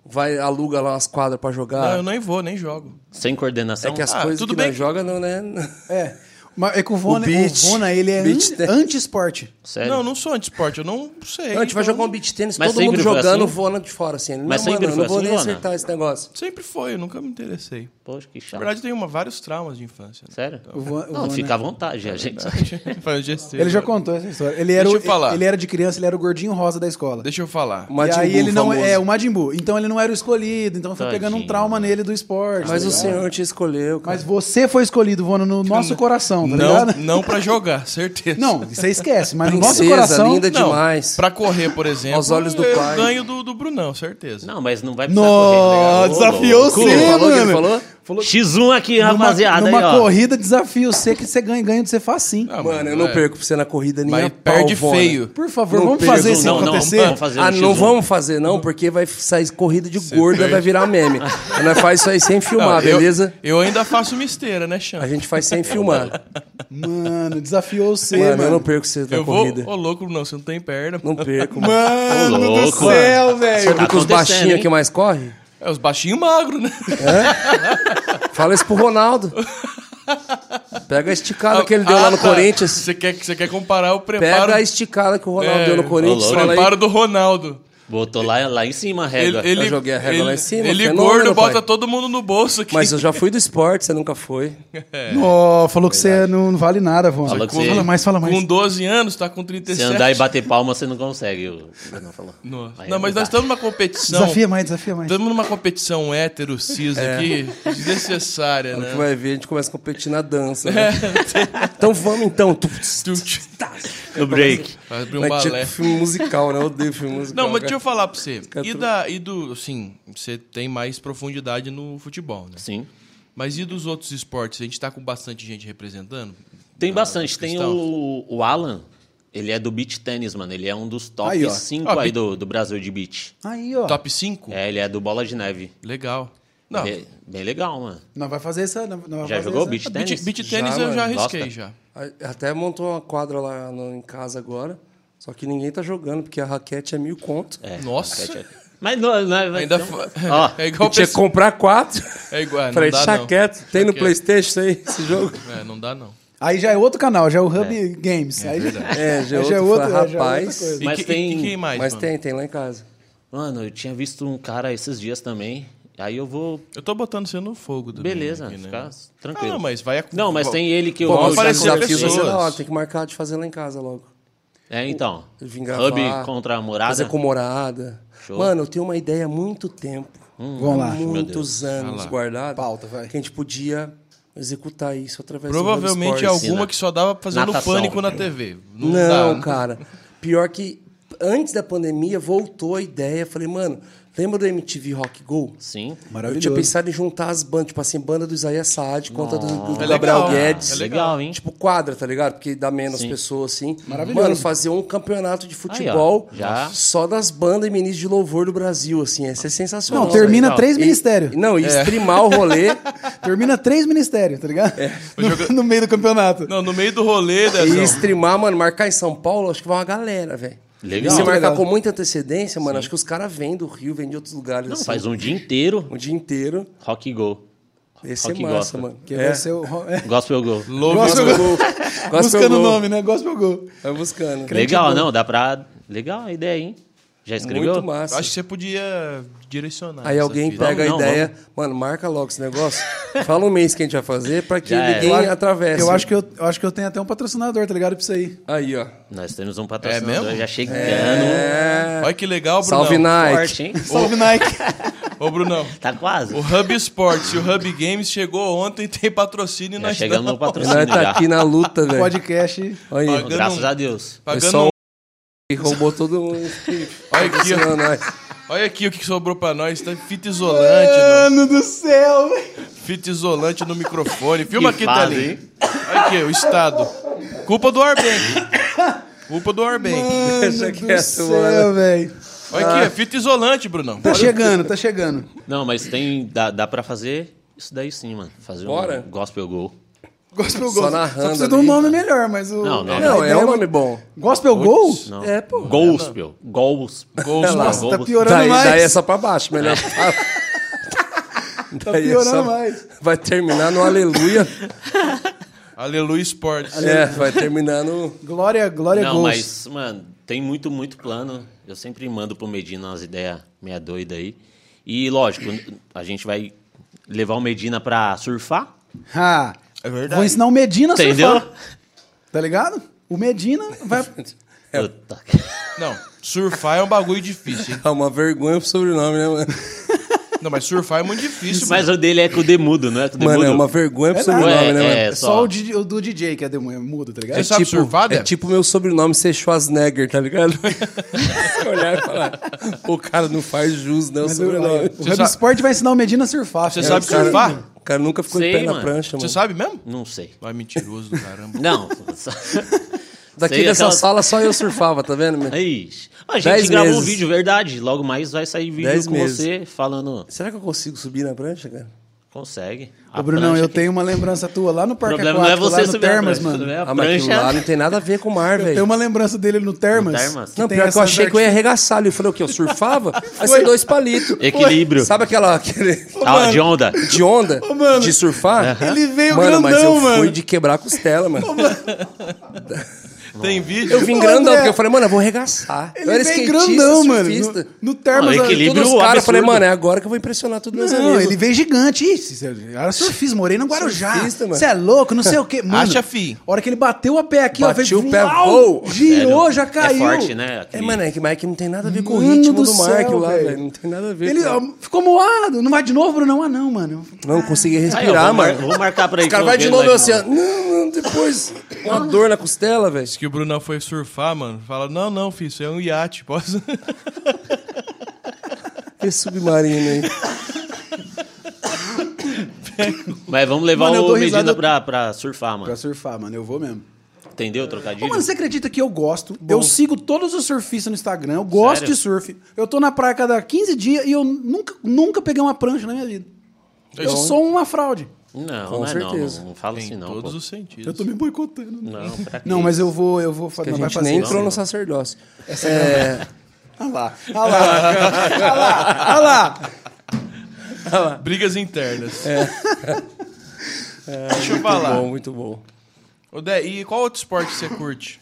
Vai, aluga lá umas quadras pra
Não,
jogar.
eu nem vou, nem jogo.
Sem coordenação.
é que as
Ah,
coisas
tudo
que nós
bem.
joga não, né?
É. Mas é que o Vona, o
beach,
Vona ele é
beach
an-
tênis.
anti-esporte.
Sério.
Não, não sou anti-esporte, eu não sei.
Não, a gente vai
então-
jogar um beat tênis,
Mas
todo mundo
sempre foi
jogando,
assim?
voando de fora, assim. Não,
Mas
mano,
sempre
eu
foi
não vou
assim,
nem
Luana?
acertar esse negócio.
Sempre foi, eu nunca me interessei.
Poxa, que
Tá.
chato.
Na verdade, eu tenho uma, vários traumas de infância. né? [LAUGHS]
Sério?
O Van- o
não,
Van,
fica
né?
à vontade, a gente.
Falei, eu já sei,
Ele já
agora.
contou essa história. Ele era,
Deixa
o-
eu falar.
ele era de criança, ele era o gordinho rosa da escola.
Deixa eu falar.
Mas-
e
Majin
aí
Buu
ele não
famoso.
é o Majin Buu. Então ele não era o escolhido, então foi pegando um
Tadinho.
trauma nele do esporte.
Mas
tá
o
ligado?
senhor te escolheu, cara.
Mas você foi escolhido, Vona, no nosso coração, tá
não,
ligado?
não pra jogar, certeza.
Não, você esquece, mas no nosso
Princesa,
coração.
linda de-
Não,
é demais.
Pra correr, por exemplo.
Aos olhos do
eu
pai.
ganho do, do Brunão, certeza.
[LAUGHS] Não, mas não vai precisar
Nossa,
correr, tá ligado? Ô,
desafiou
louco.
sim,
Ele falou que
mano.
ele falou?
X1 aqui,
Numa,
rapaziada.
numa
aí, ó.
corrida, desafio você que você ganha, ganha de você faz sim.
Ah,
Mano, eu não
é.
perco pra você na corrida nem
Mas
a pau,
perde
Vona.
feio.
Por favor,
Não
vamos
perco,
fazer isso
um, não, não,
acontecer?
vamos fazer um
Ah, não
X1.
vamos fazer não, porque vai sair corrida de gorda,
perde.
vai virar meme. Aí nós faz isso aí sem
Não,
filmar,
eu-
beleza?
Eu, ainda faço misteira, né, Chan?
A gente faz sem filmar.
Mano, desafiou você,
Mano,
mano.
eu não perco você na
Eu vou.
corrida.
Ô, louco, Brunão, você não tem perna.
Não perco, mano.
Mano
Ô,
do
Tá louco,
céu, velho.
Sabe o que os
acontecendo,
baixinhos
hein?
que mais corre?
É os baixinhos magros, né?
Fala isso pro Ronaldo. Pega a esticada
[LAUGHS]
que ele deu lá no
Ah, tá.
Corinthians.
Você quer, você quer comparar o preparo.
Pega a esticada que o Ronaldo
É,
deu no Corinthians.
ô,
o
louco.
Fala aí. É, tá
preparo do Ronaldo.
Botou lá, lá em cima a
Ele,
régua.
ele,
Eu joguei a régua
ele,
lá em cima,
Ele
fenômeno,
gordo, bota
pai.
todo mundo no bolso aqui. [LAUGHS]
Mas eu já fui do esporte, você nunca foi.
Nó, falou que você não, não vale nada, Vona.
Falou que você-
É. Fala mais, fala mais.
Com 12 anos, tá com
Se
37.
andar e bater palma, você não consegue. O Bruno falou.
Nossa.
Aí
Não, mas
dá.
nós estamos numa competição.
Desafia mais, desafia mais.
Estamos numa competição hétero, cis aqui, desnecessária,
Quando
né?
É. que vai ver, a gente começa a competir na dança. né?
É.
então vamos então. Tu-
[LAUGHS] No break.
Vai abrir um
Mas tinha
balé.
que filme musical, né? Eu odeio filme musical.
Não,
cara.
mas deixa eu falar pra você. E,
tru-
da, e do. Assim, você tem mais profundidade no futebol, né?
Sim.
Mas e dos outros esportes? A gente tá com bastante gente representando?
Tem
Na-
bastante. Tem
questão.
o, o Alan, ele é do beach tênis, mano. Ele é um dos
Aí, ó.
top 5
Ó,
aí,
beach-
do, do Brasil de beach.
Aí, ó.
Top 5?
É, ele é do Bola de Neve.
Legal. Não,
Bem, bem legal, mano.
Não vai fazer essa. Não, não vai
Já
fazer
jogou
essa.
beach
beat,
tênis?
beat tênis
Já,
eu já
mano,
arrisquei
gosta?
já.
A- Até montou uma quadra lá no- em casa agora. Só que ninguém tá jogando, porque a raquete é mil conto.
É,
Nossa.
basquete é- Mas não, não é-
Ainda
então-
fa-
Ó,
[LAUGHS] é igual
Eu tinha que
pessoa-
comprar quatro.
É igual, não
Falei,
dá
deixa
não.
quieto. Tem
Deixa
no
quieto.
Playstation isso aí, esse jogo?
É, não dá não.
Aí já é outro canal, já é o Hub Games. aí já,
É, já é
[LAUGHS] aí
outro,
é, já é
rapaz.
outra coisa.
E
Mas
que-
tem-
e que mais,
Mas
mano?
tem, tem lá em casa.
Mano, eu tinha visto um cara esses dias também. Aí eu vou.
Eu tô botando você no fogo. domingo
Beleza,
aqui, né?
fica
Ah,
tranquilo.
não, mas vai... a-
Não, mas tem ele que eu
Pô,
Pô,
vão
mas
vou.
já o
aparecer
desafio vai ser
pessoas.
da hora, tem que marcar de fazer lá em casa logo.
É, então.
Vim gravar,
Hub contra a
Fazer
morada.
com morada.
Show.
Mano, eu tenho uma ideia há muito tempo.
Vamos lá.
Muitos anos
Vai lá.
guardada.
Pauta, vai.
Que a gente podia executar isso através do
Provavelmente
Web Sports.
alguma que só dava pra fazer no
Natação.
pânico na TV. Não,
Não,
dá.
cara. Pior que antes da pandemia voltou a ideia. Falei, mano, lembra do MTV Rock Go?
Sim.
Eu
Maravilhoso.
tinha pensado em juntar as bandas, tipo assim, banda do Isaías Saad contra do, do
É
Gabriel
legal.
Guedes.
É
legal, hein?
Tipo quadra, tá ligado? Porque dá menos
Sim.
pessoas, assim.
Maravilhoso.
Mano, fazer um campeonato de futebol
Aí, ó, já.
só das bandas e ministros de louvor do Brasil, assim. Ia ser sensacional.
Não, termina
legal.
três
E-
ministérios.
Não,
É.
e streamar o
[LAUGHS]
rolê.
Termina três ministérios, tá ligado?
É.
[LAUGHS] No, no meio do campeonato.
Não, no meio do rolê,
e
Dezão.
streamar, mano, marcar em São Paulo, acho que vai uma galera, velho.
Legal.
E se marcar
Legal.
com muita antecedência, mano, acho que os caras vêm do Rio, vêm de outros lugares.
Não,
assim,
faz um dia inteiro.
o dia inteiro.
Rock Go.
Esse é
Rock
massa,
gospel.
mano.
Que
é.
vai ser o. É.
Gospel Go.
Louve
Gospel
o-
Gol.
[LAUGHS] Buscando
Gospel
o
Gol.
nome, né? Gospel Go.
Vai buscando.
Legal, não, dá pra. Legal a ideia, hein? Já escreveu?
Muito massa.
Acho que você podia direcionar.
Aí
essa
alguém
fita.
pega
Vamos,
a
não,
ideia, mano, marca logo esse negócio. Fala um mês que a gente vai fazer pra que
Já é.
ninguém atravesse.
Eu acho, que eu, eu acho que eu tenho até um patrocinador, tá ligado? Pra isso aí.
Aí, ó.
Nós temos um patrocinador
É mesmo?
já chegando.
É.
Olha que legal, Brunão.
Salve Nike.
Forte, hein?
Salve,
[LAUGHS]
Nike.
Ô, Brunão.
Tá quase.
O Hub Sports e o Hub Games chegou ontem, tem patrocínio e
Já
nós
chegamos Tá no
estamos
E nós
patrocínio
tá
já.
aqui na luta, velho.
Podcast.
Olha aí.
Pagando-
Graças a Deus.
Foi
pagando
só
um-
um que roubou todo mundo.
[LAUGHS]
né?
Olha aqui, ó.
Patrocinou nós.
Olha aqui o que sobrou pra nós. Tá fita isolante, mano.
Mano do céu, velho.
Fita isolante no microfone. Filma
Que
aqui,
fase,
Thalin.
hein?
Olha aqui, o estado. Culpa do Arbank. Culpa do Arbank.
Deixa
Mano do
quieto,
céu,
mano.
velho.
Olha aqui, é fita isolante, Brunão.
Tá chegando, tá chegando.
Não, mas tem. Dá, dá pra fazer isso daí sim, mano. Fazer
Bora?
um gospel go.
Gospel
Só
Go.
narrando
Só precisa de um
ali.
nome melhor, mas o.
Não, não,
a
Não, é
ideia
um nome bom.
Gospel Go?
Não.
É, pô.
Gospel. Gospel.
Gols,
Ela-
Nossa, tá
Go-
piorando
Daí,
mais.
daí é só pra baixo,
[LAUGHS]
melhor.
Tá
Daí é
piorando
só-
mais.
Vai terminar no aleluia.
Aleluia Esportes.
É, vai terminar no.
Glória, glória,
Não,
gols.
mas, mano, tem muito, muito plano. Eu sempre mando pro Medina umas ideias meia doida aí. E, lógico, a gente vai levar o Medina pra surfar,
Ah,
É verdade.
Vou ensinar o Medina a
entendeu?
surfar. Tá ligado? O Medina vai.
Puta que- [LAUGHS]
Não, surfar é um bagulho difícil, hein?
É uma vergonha pro sobrenome, né, mano?
Não, mas surfar é muito difícil,
Mas o dele é com o Demudo, não é com o Demudo?
Mano, é uma vergonha pro
É
sobrenome,
nada.
né, mano?
É,
É
só.
só, o, DJ o do DJ que é demônio, é mudo, tá ligado?
Você sabe surfar,
é
Débora?
tipo meu sobrenome ser Schwarzenegger, tá ligado? [LAUGHS] Você olhar e falar, o cara não faz jus, né, o
Mas o,
sobrenome.
o
Você
Hub
sabe-
Sport vai ensinar o Medina a surfar. tá
Você
filho.
sabe
o cara-
surfar?
O cara nunca ficou
Sei,
em pé na
mano.
prancha,
Você
mano.
sabe mesmo?
Não sei.
Vai mentiroso do
[LAUGHS]
caramba.
Não.
Daqui
Sei,
dessa
aquela-
sala só eu surfava, tá vendo, meu?
Aí, É a gente
Dez
gravou um
meses.
vídeo, verdade. Logo mais vai sair vídeo
Dez
com
meses.
você falando.
Será que eu consigo subir na prancha, cara?
Consegue.
Ô, Brunão, eu tenho uma lembrança tua lá no
Ah, O
Parque
problema não é
Aquático,
você
lá no
subir a
Termas, mano.
prancha. né? tudo bem?
Ah,
A
mas aquilo lá
prancha.
não tem nada a ver com o mar,
Eu tenho
velho.
uma lembrança dele no Termas.
Termas?
Não,
tem
pior que eu
essas
achei que eu ia
artes-
arregaçar ali. Eu falei, o quê? Eu
[LAUGHS]
surfava? Aí você dois palitos.
Equilíbrio.
Sabe aquela... [LAUGHS] Aquele...
Tava Ah, de onda.
De onda?
mano,
de surfar?
ele veio
mano, mas eu
grandão, mano.
fui de quebrar a costela, mano.
Tem vídeo?
Eu vim
Ô,
grandão,
André,
porque eu falei, mano, eu vou arregaçar.
Ele
eu era
veio
skatista,
grandão, mano.
surfista.
No, no Termas.
Não, equilíbrio
Todos os caras, eu falei,
absurdo.
mano, é agora que eu vou impressionar todos meus
Não,
amigos.
ele veio gigante. Ih, Cícero, era surfista, morei no Guarujá.
Surfista, mano.
Você é louco, não sei o quê. Mano,
Acha, fi.
A hora que ele bateu a pé aqui, ó,
Bati
veio
o pé,
uau,
vou.
girou,
Sério?
já
É
caiu.
forte, né?
É,
aquele-
mano, é que, mas é que não tem nada a ver com
Mano
o ritmo
do
do, Mark
céu,
lá,
velho.
velho. Não tem nada a ver.
Ele
cara.
ó, ficou moado. Não vai de novo, Brunão? Ah, não, mano.
Não conseguia
Aí, ó,
respirar,
vou, mar-
é mano.
vou marcar pra ele.
O cara
que eu
vai de
vejo
novo e
lá
eu assim, ó, não, não, depois. Uma dor na costela,
[LAUGHS]
velho.
Diz que o Brunão foi surfar, mano. Fala, não, não, filho, isso é um iate. Posso...
Esse submarino aí.
Mas vamos levar
Mano, eu
o
dou
Medina
risada-
pra, pra surfar, mano.
Pra surfar, mano, eu vou mesmo.
Entendeu? Trocadilho.
Ô, mano, você acredita que eu gosto? Eu sigo todos os surfistas no Instagram, eu gosto
Sério?
de surf. Eu tô na praia cada 15 dias e eu nunca, nunca peguei uma prancha na minha vida. Eu sou uma fraude.
Não,
Com
não é não.
certeza.
Não, não Então, fala
Em
assim, não.
todos
pô.
os sentidos.
Eu tô me boicotando. Né?
Não,
[LAUGHS]
pra quê?
Não, mas eu vou, eu vou
Que
fazer.
a
Não vai
gente
fazer
nem
isso.
entrou no sacerdócio. É,
Olha lá, olha Ah
[LAUGHS]
lá, olha lá, olha lá.
Brigas internas. [LAUGHS] É, Deixa eu falar.
bom, muito bom.
Ô, Dé, e qual outro esporte você curte?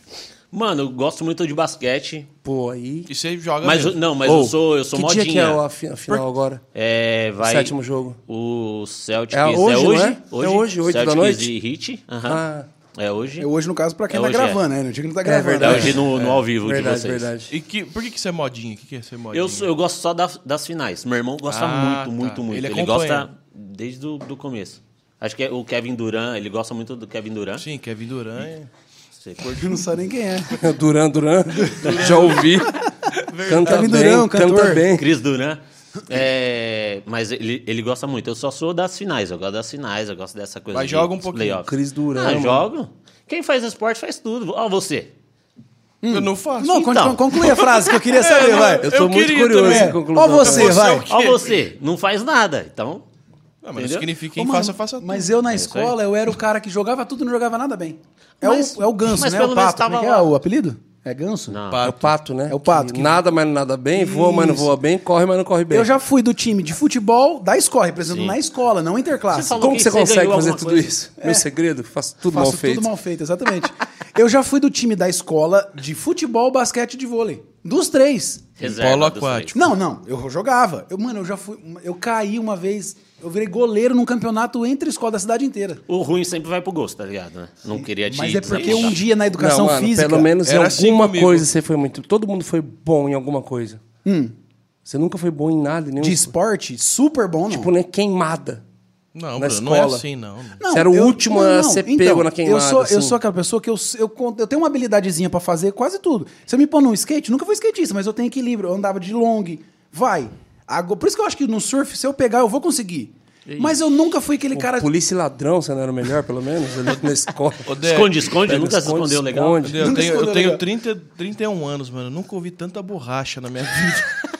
Mano, eu gosto muito de basquete.
Pô, aí.
E você joga
Mas eu-
mesmo?
não, mas eu sou, eu sou
que
modinha.
dia que é a, fi- a final agora?
É, vai.
Sétimo jogo.
O Celtics
É
é
hoje,
hoje,
não é? É hoje, oito da
Celtics
noite?
e Heat. aham.
Ah.
É hoje.
É hoje, no caso, pra quem
É
tá
hoje,
gravando, né? No dia que não tá gravando.
É
verdade.
hoje no, no ao vivo
verdade,
de vocês.
verdade.
E que, por que, que você é modinha? O que, que é ser modinha?
Eu, sou- eu gosto só da- das finais. Meu irmão gosta
Ah,
muito, muito,
tá.
muito.
Ele
Ele,
acompanha.
gosta desde o do começo. Acho que é o Kevin Durant, ele gosta muito do Kevin [LAUGHS] Durant.
Sim, Kevin Durant.
Você curte?
Eu não sei nem quem
[LAUGHS]
é.
[LAUGHS] Duran Duran, já ouvi. canta
Kevin
bem,
Durão,
canta
Tá cantor.
bem.
Cris Durant. É, mas ele, ele gosta muito. Eu só sou das finais. Eu gosto das finais, eu gosto dessa coisa.
Mas
de-
joga um
dos
pouquinho.
playoffs.
Cris Durant,
Ah,
mano.
jogo. Quem faz esporte faz tudo. Ó, você.
Eu não faço.
Não,
Então. É,
continua- conclui a frase que eu queria saber, vai.
Eu tô
Eu
muito
queria
curioso
também.
em conclusão. tá
Ó
tá
você,
também.
vai.
é o quê?
Ó, você. Não faz nada. Então,
Não, Ah, mas não
Entendeu?
significa
Ô,
quem
mano,
faça, faça tudo.
Mas eu na
É isso aí.
escola, eu era o cara que jogava tudo e não jogava nada bem. É,
Mas-
o, é o ganso,
mas
né?
pelo
o
menos
pato. Como é
tava
que é
lá.
o apelido? É ganso?
Não.
É o pato, né?
É o pato que-
Nada, mas não nada bem, voa, mas não voa bem, corre, mas não corre bem.
Eu já fui do time de futebol da escola, representando na escola, não interclasse.
Você falou
Como que
que
você
você
consegue
ganhou
fazer
alguma
tudo
coisa?
isso? Meu segredo, faço tudo
É. Faço
mal feito.
tudo mal feito, exatamente. eu já fui do time da escola de futebol, basquete e de vôlei. Dos três.
Reserva
Polo
dos
Tipo,
aquático.
Não, não, eu jogava. Eu, mano, eu já fui. Eu caí uma vez. Eu virei goleiro num campeonato entre escola da cidade inteira.
três. O ruim sempre vai pro gosto, tá ligado? né? Não queria te
Mas é porque
desapontar.
um dia na educação
não, mano,
física.
pelo menos em
Era
alguma
assim comigo.
coisa você foi muito. Todo mundo foi bom em alguma coisa.
Hum.
Você nunca foi bom em nada, em nenhum.
de esporte, super bom, não.
um Tipo, né? Queimada.
Não,
na
Bruno, não é
escola.
assim, não. né?
Não, então,
Você era o último a ser pego na queimada,
Eu sou, eu
assim.
sou aquela pessoa que eu, eu, con- eu tenho uma habilidadezinha pra fazer quase tudo. Se eu me pôr num skate, nunca fui skatista, mas eu tenho equilíbrio. Eu andava de long. Vai. Agora- por isso que eu acho que no surf, se eu pegar, eu vou conseguir. Mas eu nunca fui aquele cara.
Polícia e ladrão, você não era o melhor, pelo menos? Ali na escola.
Ô, Dé,
Esconde, esconde,
Pega,
nunca se
esconde,
escondeu legal.
esconde.
Dé, Eu
Nunca
tenho, eu
escondeu
tenho
legal.
30, 31 anos, mano. Eu nunca ouvi tanta borracha na minha vida.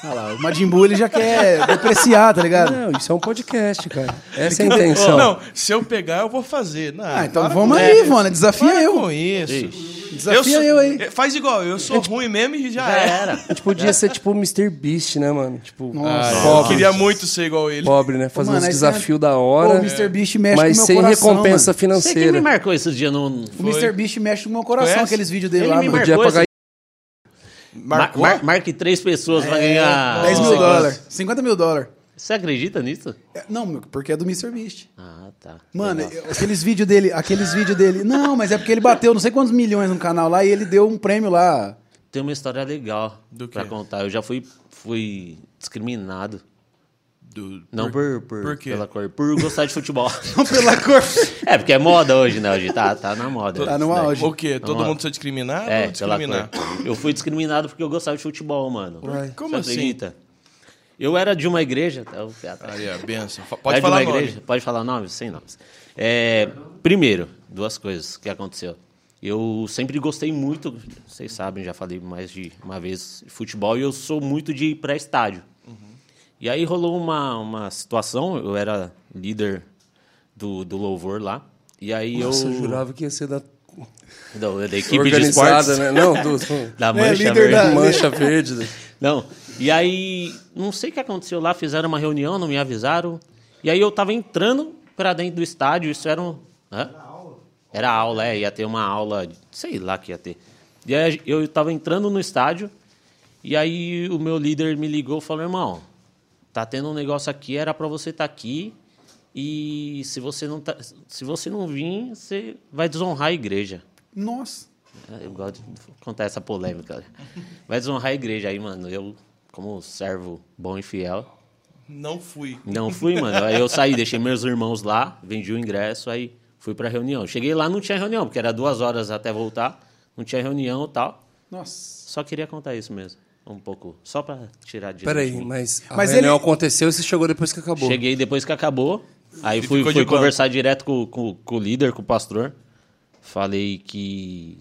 Ah lá, o Majin Buu, ele já quer [LAUGHS] depreciar, tá ligado?
Não, isso é um podcast, cara. Essa é a intenção.
Não, se eu pegar, eu vou fazer. Não,
Ah, então
para
vamos
com
aí,
isso.
mano. Desafia
Para
eu.
com isso.
Ixi.
Desafia eu,
sou-
aí.
Faz igual, eu sou ruim mesmo e já,
Já
é.
era.
A gente podia ser tipo o Mr. Beast, né, mano? Tipo,
Ah,
Nossa.
Ah, Eu
pobre.
queria muito ser igual ele.
Pobre, né? Fazer
Mano,
uns
aí você-
desafios da
Pô,
hora.
o Mr. Beast
mas
mexe com o meu
sem
coração,
recompensa
mano.
Você que me
financeira.
marcou esses dias no.
O Mr. Beast mexe com o meu coração,
Conhece?
aqueles vídeos dele
Ele
lá,
me
mano.
marcou.
Podia
Marcou
pagar
Mar-
Marcou?
mar- Marque três pessoas
É,
pra ganhar.
10 mil
Você-
dólares, 50 mil dólares.
Você acredita nisso?
É, Não, meu, porque é do Mr. Beast.
Ah, tá.
Mano,
Legal.
eu- aqueles vídeos dele, aqueles vídeos dele. Não, mas é porque ele bateu não sei quantos milhões no canal lá e ele deu um prêmio lá.
tem uma história legal
Do
pra
quê?
contar. Eu já fui, fui discriminado.
Do-
Não por, por,
por quê?
pela cor, por gostar de futebol.
[LAUGHS] Não pela cor.
é, porque é moda hoje, né? Hoje tá, tá na moda.
Tá
isso
numa
daí.
hoje.
O quê? Todo
Não,
mundo ser discriminado
É,
ou
pela
discriminar?
cor. Eu fui discriminado porque eu gostava de futebol, mano.
Ué. Como assim?
acredita? Eu era de uma igreja. tá, o pé atrás.
Aí, a benção. Fa-
Era
Pode
de
falar
uma
nome.
igreja? Pode falar nomes? Sem nomes. É, primeiro, duas coisas que aconteceu. Eu sempre gostei muito, vocês sabem, já falei mais de uma vez, de futebol, e eu sou muito de ir para estádio. E aí rolou uma, uma situação, eu era líder do, do louvor lá, e aí
Nossa, eu
eu...
jurava que ia ser da
Da, da equipe de
organizada,
esportes,
né? Não, do,
[LAUGHS]
do-
da
Né,
Mancha
líder
Verde.
da-
mancha verde. né?
Não. E aí, não sei o que aconteceu lá, fizeram uma reunião, não me avisaram. E aí eu tava entrando pra dentro do estádio, isso era um. Hã? Era aula, é, ia ter uma aula, sei lá que ia ter. E aí eu tava entrando no estádio, e aí o meu líder me ligou e falou: irmão, tá tendo um negócio aqui, era pra você estar aqui. E se você não tá, se você não vir, você vai desonrar a igreja.
Nossa.
Ah, Eu gosto de contar essa polêmica. né? Vai desonrar a igreja aí, mano. Eu, como servo bom e fiel,
Não fui.
não fui, mano. Aí eu saí, deixei meus irmãos lá, vendi o ingresso, aí fui pra reunião. Cheguei lá, não tinha reunião, porque era duas horas até voltar, não tinha reunião e tal.
Nossa.
Só queria contar isso mesmo, um pouco, só pra tirar de.
Peraí, mas a
Mas
reunião
ele-
aconteceu e você chegou depois que acabou.
Cheguei depois que acabou, aí fui,
ficou de
fui
banco.
conversar direto com, com- com o líder, com o pastor. Falei que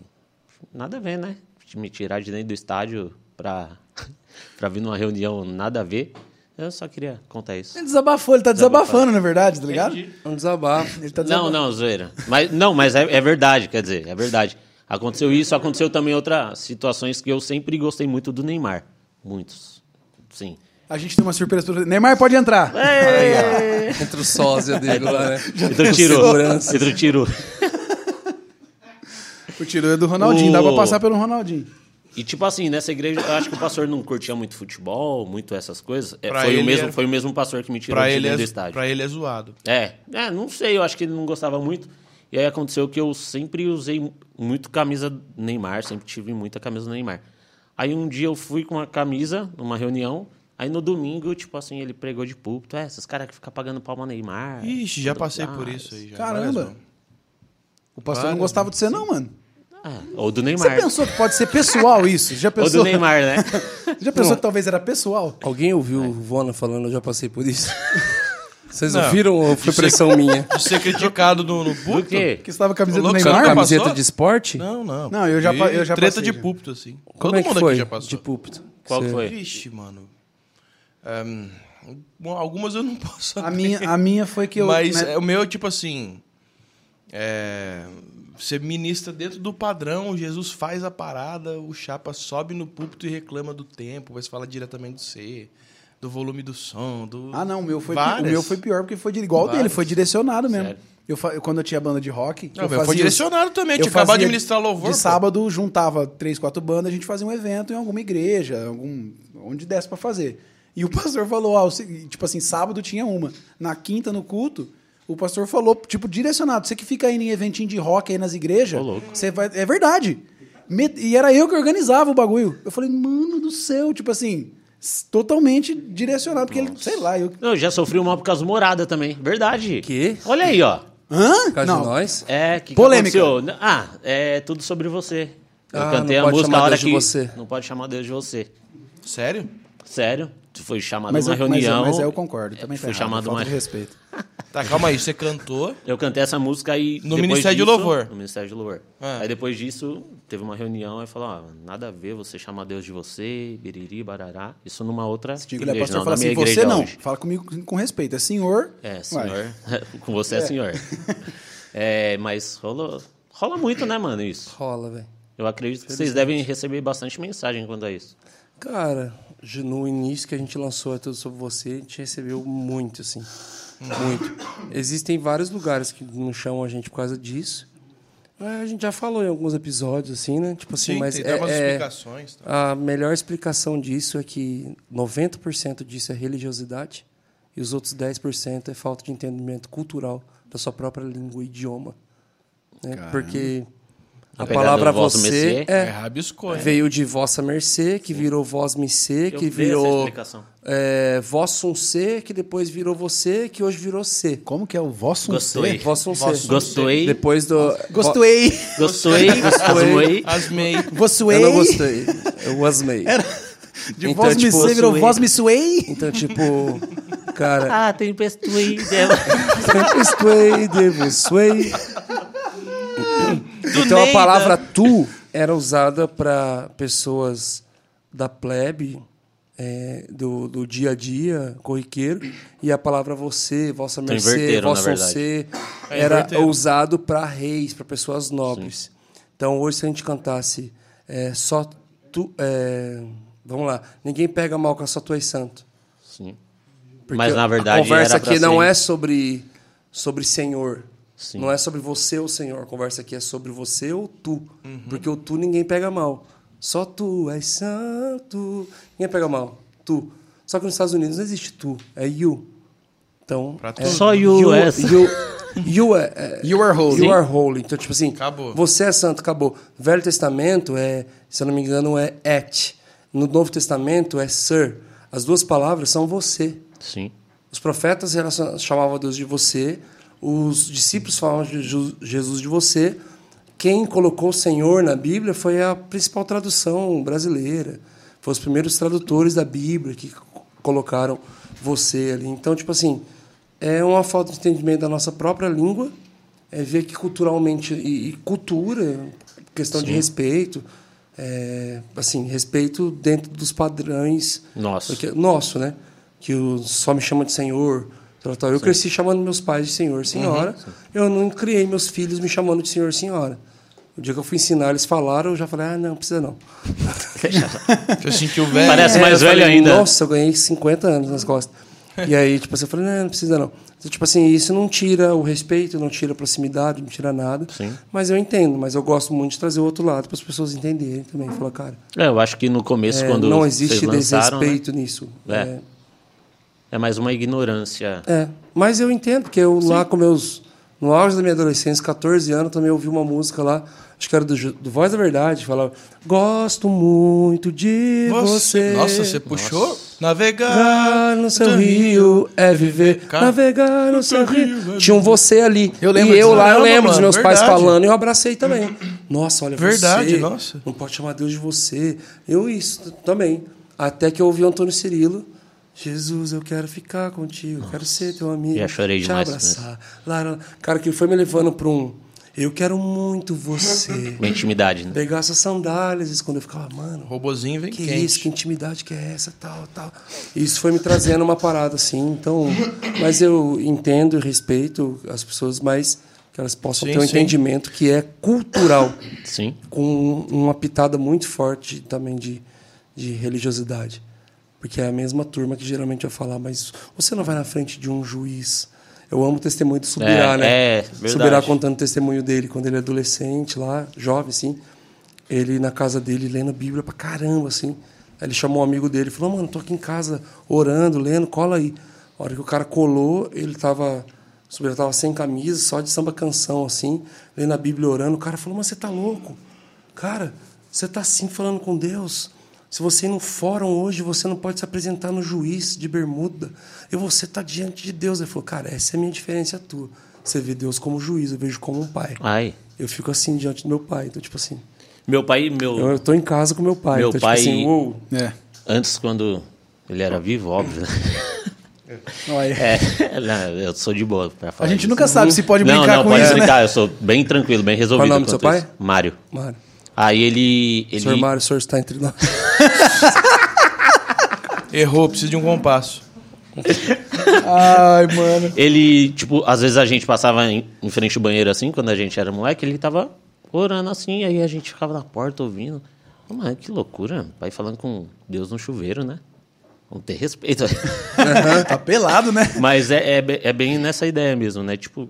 nada a ver, né? Me tirar de dentro do estádio pra, [LAUGHS] pra vir numa reunião nada a ver. Eu só queria contar isso.
Ele desabafou, ele tá desabafando, na verdade, tá ligado?
Um desabafo. [LAUGHS]
Ele tá
Não,
desabafando.
não, zoeira. Mas, não, mas é, é verdade, quer dizer, é verdade. Aconteceu isso, aconteceu também outras situações que eu sempre gostei muito do Neymar. Muitos. Sim.
A gente tem uma surpresa pra você. Neymar pode entrar.
É,
Entre o sósia dele
tá
lá,
[LAUGHS]
né?
Pedro Então tirou.
Segurança.
Pedro tirou.
O tiro é do Ronaldinho,
O-
dá pra passar pelo Ronaldinho.
E tipo assim, nessa igreja, eu acho que o pastor não curtia muito futebol, muito essas coisas. É,
Pra
foi, o
ele
mesmo,
era-
foi o mesmo pastor que me tirou
Pra
de
ele,
dentro do
é,
estádio.
pra ele é zoado.
É, é, não sei, eu acho que ele não gostava muito. E aí aconteceu que eu sempre usei muito camisa do Neymar, sempre tive muita camisa do Neymar. Aí um dia eu fui com a camisa numa reunião, aí no domingo, tipo assim, ele pregou de púlpito, é, esses caras que ficam pagando palma
É,
Neymar.
Ixi, já passei
Ah,
por isso aí. Já. um.
Caramba.
Várias
O pastor não gostava de você, não, mano.
Ah, ou do Neymar.
Você pensou que pode ser pessoal isso? Já
ou do
pensou?
Neymar, né? [LAUGHS]
Já pensou que talvez era pessoal?
Alguém ouviu o Vona falando, eu já passei por
[LAUGHS]
isso? Vocês
Não.
ouviram ou foi pressão minha?
vezes. um. De ser criticado no, no púlpito? [LAUGHS]
Do quê?
Que estava a camiseta do
Ô, louco,
Com a
Neymar?
cara,
camiseta
Ah, passou?
de esporte?
Não, não.
Não, eu já
De
pa- eu já
Treta
passei,
de
já.
púlpito, assim.
Como
Todo
é que
mundo
foi
aqui já passou.
de púlpito?
Qual que
Você-
foi?
Vixe, mano. Ahn, bom, algumas eu não posso
A
abrir,
minha, a minha foi que eu.
Mas
né,
é, o meu é tipo assim. É, você ministra dentro do padrão, Jesus faz a parada, o Chapa sobe no púlpito e reclama do tempo, vai se falar diretamente do ser, do volume do som, do.
Ah, não, o meu foi, pi- o
Várias.
meu foi pior porque foi de- igual o dele,
Várias.
foi direcionado mesmo.
Sério.
Eu, fa- eu- quando eu tinha banda de rock.
Não,
eu
meu, foi
fazia os-
direcionado também, eu tinha acabado de ministrar
De
louvor, pô.
sábado juntava três, quatro bandas, a gente fazia um evento em alguma igreja, algum, onde desse pra fazer. E o pastor falou, ah, o se- tipo assim, sábado tinha uma. Na quinta, no culto, o pastor falou, tipo, direcionado. Você que fica indo em eventinho de rock aí nas igrejas,
Ô, louco.
você vai. É verdade. Me- E era eu que organizava o bagulho. Eu falei, mano do céu, tipo assim, s- totalmente direcionado, porque ele, sei lá, eu
Não, eu já sofri uma por causa do morada também. Verdade.
Quê?
Olha aí, ó.
Hã?
Por causa
Não.
de nós?
É, que que
Polêmica.
aconteceu? ah, é tudo sobre você. Eu
Ah,
cantei
não
a
pode
música
chamar
a hora
Deus de
que
você.
não pode chamar Deus de você.
Sério?
Sério? Tu foi chamado
Mas
numa
eu, mas, eu,
reunião.
mas eu concordo, também tá
fui
errado,
chamado
falta
uma-
de respeito.
Tá, calma aí, você cantou.
Eu cantei essa música e
No
depois
Ministério de
disso-
Louvor.
No Ministério de Louvor.
Ah.
Aí depois disso teve uma reunião e falou, ó, nada a ver, você chama Deus de você, biriri, barará. Isso numa outra
Digo, ele é
igreja,
pastor
não,
fala
na minha
assim,
igreja
você não,
hoje.
fala comigo com- com respeito, é senhor.
É,
Ué,
senhor. [LAUGHS] Com você é senhor. É, mas rolou, É, rola muito, né, mano, isso.
Rola, velho.
Eu acredito que vocês devem receber bastante mensagem quanto a isso.
Cara, ju- no início que a gente lançou É Tudo Sobre Você, a gente recebeu muito, assim. Muito. Existem vários lugares que não chamam a gente por causa disso. É, A gente já falou em alguns episódios, assim, né? Tipo assim,
Sim,
mas
tem
é,
até umas
é-
explicações. Tá?
a melhor explicação disso é que 90% disso é religiosidade e os outros 10% é falta de entendimento cultural da sua própria língua e idioma. né? Porque a,
A pegada
palavra
do vosso
você
mercê.
é,
É, rabiscou, né?
veio de vossa mercê, que virou vós me ser,
Eu
que
vi essa
virou
explicação.
é, vós um ser, que depois virou você, que hoje virou ser.
Como que é o vosso
Gostei.
Vós um
Vós
ser.
um
Gostei,
Depois do...
Gostei.
gostei, gostei.
Asmei.
Vosuei.
Eu não gostei. Eu asmei.
De
Então,
voz me
tipo,
suei, virou
suei.
voz me suei.
Então, tipo... Cara,
[LAUGHS] [LAUGHS] Ah, tem pestuí.
Sempre sway, devo sway. Então a
Neida.
palavra tu era usada para pessoas da plebe, é, do, do dia a dia, corriqueiro, e a palavra você, vossa
Então
mercê,
inverteram, na
vossa
verdade.
você,
É,
era
inverteram.
usado para reis, para pessoas nobres. Então hoje se a gente cantasse é, só tu, é, vamos lá, ninguém pega mal com a só tu és santo.
Sim.
Porque
Mas, na
a
verdade,
conversa
era pra
aqui não
ser-
é sobre sobre senhor.
Sim.
Não é sobre você ou senhor. A conversa aqui é sobre você ou tu. Porque o tu ninguém pega mal. Só tu és santo. Ninguém pega mal. Tu. Só que nos Estados Unidos não existe tu. É you. Então,
Pra
é
tu.
Só you é-
You, you é, é-
You are holy.
You are holy. Então, tipo assim,
Acabou.
você é santo, acabou. Velho Testamento é, se eu não me engano, é et. No Novo Testamento é sir. As duas palavras são você.
Sim.
Os profetas relacion- chamavam Deus de você, os discípulos falavam de Ju- Jesus de você. Quem colocou o Senhor na Bíblia foi a principal tradução brasileira. Foram os primeiros tradutores da Bíblia que c- colocaram você ali. Então, tipo assim, é uma falta de entendimento da nossa própria língua, é ver que culturalmente e, e cultura, questão de respeito, é, assim, respeito dentro dos padrões
Nossa.
porque- nosso, né? Que o, só me chama de senhor. tal, tal. Eu cresci chamando meus pais de senhor, senhora.
Uhum,
eu não criei meus filhos me chamando de senhor, senhora. O dia que eu fui ensinar, eles falaram, eu já falei, ah, não, precisa não. É,
Eu senti o velho.
Parece mais
eu
velho
falei,
ainda.
Nossa, eu ganhei 50 anos nas costas. E aí, tipo assim, eu falei, não, não precisa não. Então, tipo assim, isso não tira o respeito, não tira a proximidade, não tira nada.
Sim.
Mas eu entendo, mas eu gosto muito de trazer o outro lado para as pessoas entenderem também. Falar, cara,
É, eu acho que no começo,
é,
quando
não
vocês
existe
lançaram, né,
desrespeito nisso.
É. é mais uma ignorância.
É, mas eu entendo, porque eu lá com meus. No auge da minha adolescência, 14 anos, também ouvi uma música lá, acho que era do, Ju- do Voz da Verdade, falava: Gosto muito de você. Ah,
Você... Nossa, você puxou? Navegar
Navegar no seu rio é viver.
Cara,
Navegar no seu
rio
rio.
é
Tinha um você ali.
Eu lembro
e eu
disso.
lá, eu
Caramba,
lembro dos
mano,
meus pais
verdade.
falando e eu abracei também. Nossa, olha,
Verdade,
você.
nossa.
Não pode chamar Deus de você. Eu, isso t- também. Até que eu ouvi o Antônio Cirilo. Jesus, eu quero ficar contigo, eu quero ser teu amigo.
Já chorei
te
demais com
Abraçar. Lá, lá, lá. Cara, que foi me levando para um. Eu quero muito
[LAUGHS]
você.
Uma intimidade, né?
Pegar suas sandálias, quando eu ficava, mano.
um Robozinho vem
Que
quente.
isso, que intimidade que é essa, tal, tal. Isso foi me trazendo uma parada assim, então. Mas eu entendo e respeito as pessoas, mas que elas possam
Sim,
ter um
sim.
entendimento que é cultural,
Sim.
com uma pitada muito forte também de, de religiosidade. Porque é a mesma turma que geralmente vai falar, mas você não vai na frente de um juiz. Eu amo o testemunho do Subirá,
É,
né?
é, verdade.
Subirá contando o testemunho dele quando ele é adolescente lá, jovem, assim. Ele na casa dele lendo a Bíblia pra caramba, assim. Aí ele chamou um amigo dele e falou: Mano, tô aqui em casa orando, lendo, cola aí. A hora que o cara colou, ele tava. O Subirá tava sem camisa, só de samba canção, assim, lendo a Bíblia orando. O cara falou: Mas você tá louco? Cara, você tá assim falando com Deus? Se você ir no fórum hoje, você não pode se apresentar no juiz de bermuda. E você tá diante de Deus. Ele falou, cara, essa é a minha diferença tua. Você vê Deus como juiz, eu vejo como um pai.
Ai.
Eu fico assim diante do meu pai. Então, tipo assim,
Meu pai, meu.
eu, eu tô em casa com meu pai.
Meu
então,
pai-
tipo assim, uou.
É.
Antes, quando ele era vivo, óbvio. né?
Olha.
É, [LAUGHS] não, eu sou de boa pra
A
falar.
gente
disso.
nunca sabe se pode
não,
brincar
não,
com
pode
isso, né? é
brincar. Eu sou bem tranquilo, bem resolvido.
nome do seu
quanto a isso.
pai?
Mário.
Mano,
Aí ele. ele...
senhor Mário, o senhor está entre nós.
Errou, precisa de um compasso.
Ai, mano.
Ele, tipo, às vezes a gente passava em, em frente ao banheiro assim, quando a gente era moleque, ele tava orando assim, aí a gente ficava na porta ouvindo. Ô, Mano, que loucura. Pai falando com Deus no chuveiro, né? Vamos ter respeito. [LAUGHS]
tá pelado, né?
Mas é, é, be- é bem nessa ideia mesmo, né? Tipo,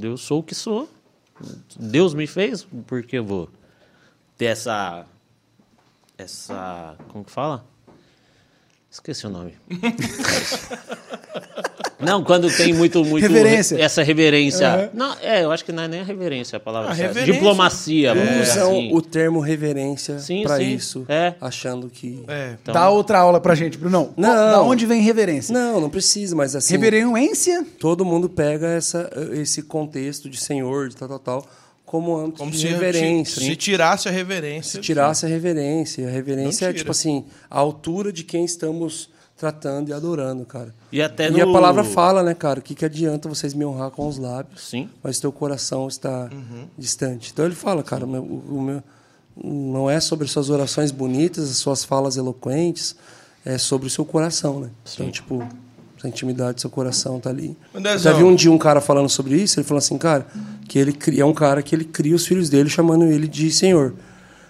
eu sou o que sou. Deus me fez, por que eu vou ter essa. Essa. Como que fala? Esqueci
[LAUGHS]
o nome. Não, quando tem muito, muito.
Reverência.
Essa reverência. Não, é, eu acho que não é nem a reverência a palavra.
Ah,
certa.
reverência.
Diplomacia, vamos dizer
Usam
assim.
é um, o termo reverência
Sim,
pra
sim,
isso,
é.
achando que.
É.
Então,
Dá outra aula pra gente, Bruno.
Não.
Da onde vem reverência?
Não, não precisa, mas assim.
Reverência?
Todo mundo pega essa, esse contexto de senhor, de tal, tal, tal, como âmbito
Como
de
se,
reverência.
se, se tirasse a reverência.
tirasse a reverência. A reverência
Não
é
tira.
tipo assim, a altura de quem estamos tratando e adorando, cara.
E até
a
É no-
palavra fala, né, cara? O que, que adianta vocês me honrar com os lábios,
Sim.
mas teu coração está
Uhum.
distante. Então ele fala, cara, meu- o, o meu, não é sobre suas orações bonitas, as suas falas eloquentes, é sobre o seu coração, né? Então, tipo, a intimidade do seu coração tá ali. Eu
Andrezão.
já vi um dia um cara falando sobre isso, ele falou assim, cara, que ele cria, é um cara que ele cria os filhos dele chamando ele de senhor.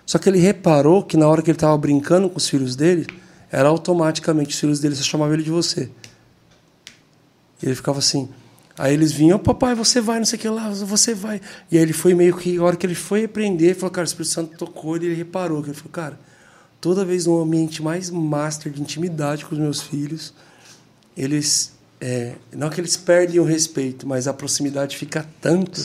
Só que ele reparou que na hora que ele tava brincando com os filhos dele, era automaticamente os filhos dele só chamavam ele de você. E ele ficava assim. Aí eles vinham, "Ô, papai, você vai, não sei o que lá, você vai. E aí ele foi meio que, a hora que ele foi repreender, ele falou, cara, o Espírito Santo tocou ele, ele reparou. que Ele falou, cara, toda vez num ambiente mais master de intimidade com os meus filhos, eles, é, não que eles perdem o respeito, mas a proximidade fica tanto.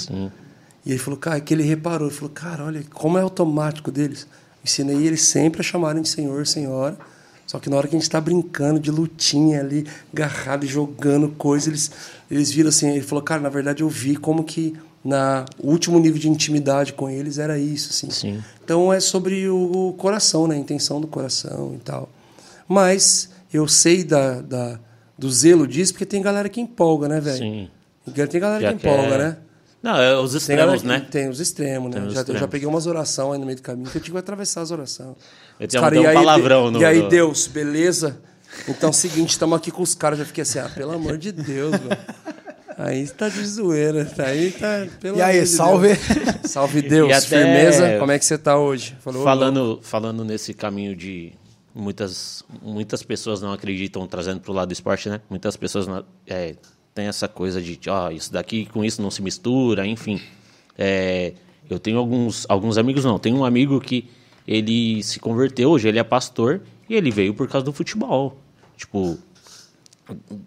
E ele falou, cara, é que ele reparou, ele falou, cara, olha, como é automático deles. Ensinei eles sempre a chamarem de senhor, senhora. Só que na hora que a gente tá brincando de lutinha ali, agarrado e jogando coisa, eles, eles viram assim, ele falou, cara, na verdade eu vi como que na o último nível de intimidade com eles era isso, assim.
Sim.
Então é sobre o, o coração, né? A intenção do coração e tal. Mas eu sei da, da- do zelo disso, porque tem galera que empolga, né, velho?
Sim.
Tem galera
já
que
quer-
empolga, né?
Não, é os
Tem galera
extremos,
que-
né?
Tem os extremos, né?
Tem os
já, Eu já
extremos.
peguei umas orações aí no meio do caminho que eu tive que atravessar as orações.
Eu
Os
tenho-
cara,
tem um
e aí,
palavrão
de-
no-
E aí,
no-
Deus, beleza? Então, seguinte, estamos aqui com os caras. Já fiquei assim, ah, pelo amor de Deus, velho. Aí tá de zoeira, tá aí tá. Pelo
E aí,
amor de
salve?
Deus. Salve Deus,
E até-
firmeza. Como é que você tá hoje? Falou,
falando, falando nesse caminho de muitas, muitas pessoas não acreditam trazendo para o lado do esporte, né? Muitas pessoas não- é, têm essa coisa de, ó, isso daqui com isso não se mistura, enfim. É, eu tenho alguns, alguns amigos, não. Tem um amigo que ele se converteu, hoje ele é pastor e ele veio por causa do futebol. Tipo,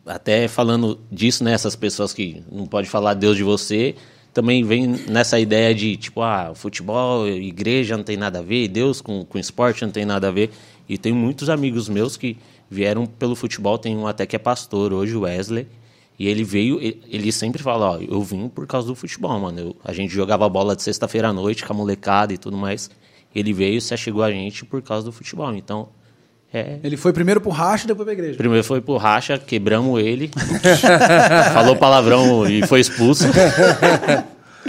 até falando disso, né? Essas pessoas que não pode falar Deus de você, também vem nessa ideia de, tipo, ah, futebol, igreja não tem nada a ver, Deus com, com esporte não tem nada a ver. E tem muitos amigos meus que vieram pelo futebol, tem um até que é pastor hoje, o Wesley, e ele veio, e- ele sempre fala, ó, eu vim por causa do futebol, mano. Eu- a gente jogava bola de sexta-feira à noite com a molecada e tudo mais. Ele veio, se achegou a gente por causa do futebol. Então, é,
Ele foi primeiro pro racho, depois pra igreja.
Primeiro foi pro racha, quebramos ele. [LAUGHS] falou palavrão e foi expulso.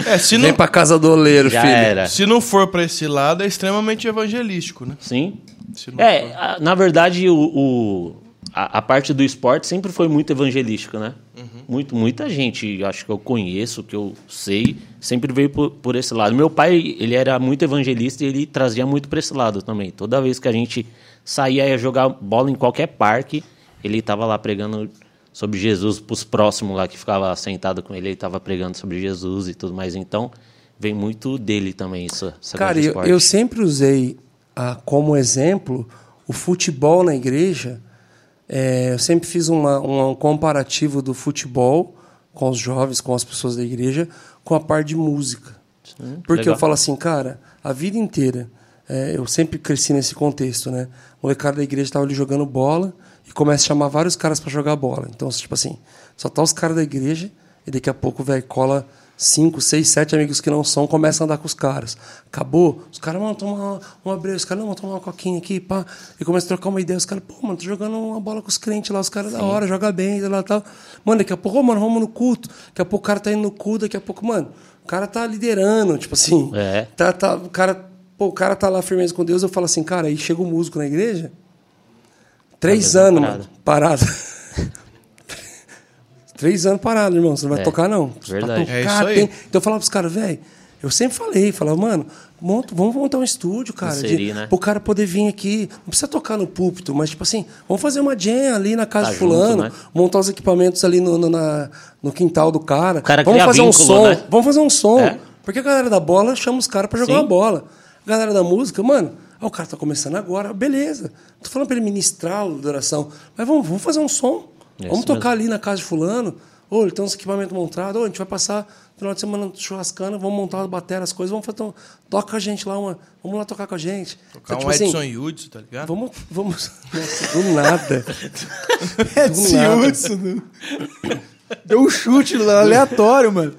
É, se
Vem
não,
pra casa do oleiro,
Já
filho.
era.
se não for pra esse lado, é extremamente evangelístico, né?
Sim.
Se não
É, a- na verdade, o, o- a, a parte do esporte sempre foi muito evangelística, né?
Uhum.
Muito, muita gente, acho que eu conheço, que eu sei, sempre veio por, por esse lado. Meu pai, ele era muito evangelista e ele trazia muito para esse lado também. Toda vez que a gente saía ia jogar bola em qualquer parque, ele estava lá pregando sobre Jesus para os próximos lá que ficava sentado com ele, ele estava pregando sobre Jesus e tudo mais. Então, vem muito dele também isso. Essa coisa
Cara,
do
eu,
esporte.
eu sempre usei ah, como exemplo o futebol na igreja. É, eu sempre fiz uma, uma- um comparativo do futebol com os jovens, com as pessoas da igreja, com a parte de música. Porque
legal.
eu falo assim, cara, a vida inteira, é, eu sempre cresci nesse contexto, né? O molecada da igreja estava ali jogando bola e começa a chamar vários caras para jogar bola. Então, tipo assim, só tá os caras da igreja e daqui a pouco, velho, cola cinco, seis, sete amigos que não são, começa a andar com os caras. Acabou, os caras, mano, tomar uma, uma breja, os caras, não, vamos tomar uma coquinha aqui, pá. E começa a trocar uma ideia, os caras, pô, mano, tô jogando uma bola com os crentes lá, os caras da hora, joga bem, sei lá tal. Mano, daqui a pouco, ô, mano, vamos no culto. Daqui a pouco o cara tá indo no culto, daqui a pouco, mano, o cara tá liderando, tipo assim.
É.
Tá, tá, o, cara, pô, o cara tá lá firmeza com Deus, eu falo assim, cara, aí chega o músico na igreja. Três
mesma
anos,
parada.
mano, parado. [LAUGHS] Três anos parado, irmão. Você não vai tocar, não. Você
verdade.
Pra
É
tocar, tá
isso aí.
tem- Então eu falava pros caras, velho, Eu sempre falei, falava, mano, monta, vamos montar um estúdio, cara.
Inserir,
de,
né?
Pro cara poder vir aqui. Não precisa tocar no púlpito, mas tipo assim, vamos fazer uma jam ali na casa
Tá
de fulano,
junto, né?
montar os equipamentos ali no, no- na- no quintal do cara.
cara
vamos
cria
fazer um
vínculo,
som.
né?
Vamos fazer um som.
É.
Porque a galera da bola chama os caras pra jogar
Sim.
uma bola. A galera da música, mano, ah, o cara tá começando agora, beleza. Tô falando pra ele ministrar a adoração. Mas vamos, vamos fazer um som.
É
vamos
isso
tocar ali na casa de fulano. Ô, ele tem uns equipamentos montados. Ô, a gente vai passar o final de semana churrascando, vamos montar as bateras, as coisas. Vamos fazer... um- Toca com a gente lá, uma... vamos lá tocar com a gente.
Tocar
Então,
um Edson Hudson, tá ligado?
Vamos, vamos... [LAUGHS] Nossa, do nada.
É Edson
nada.
Hudson. né? Deu um chute lá, aleatório, mano.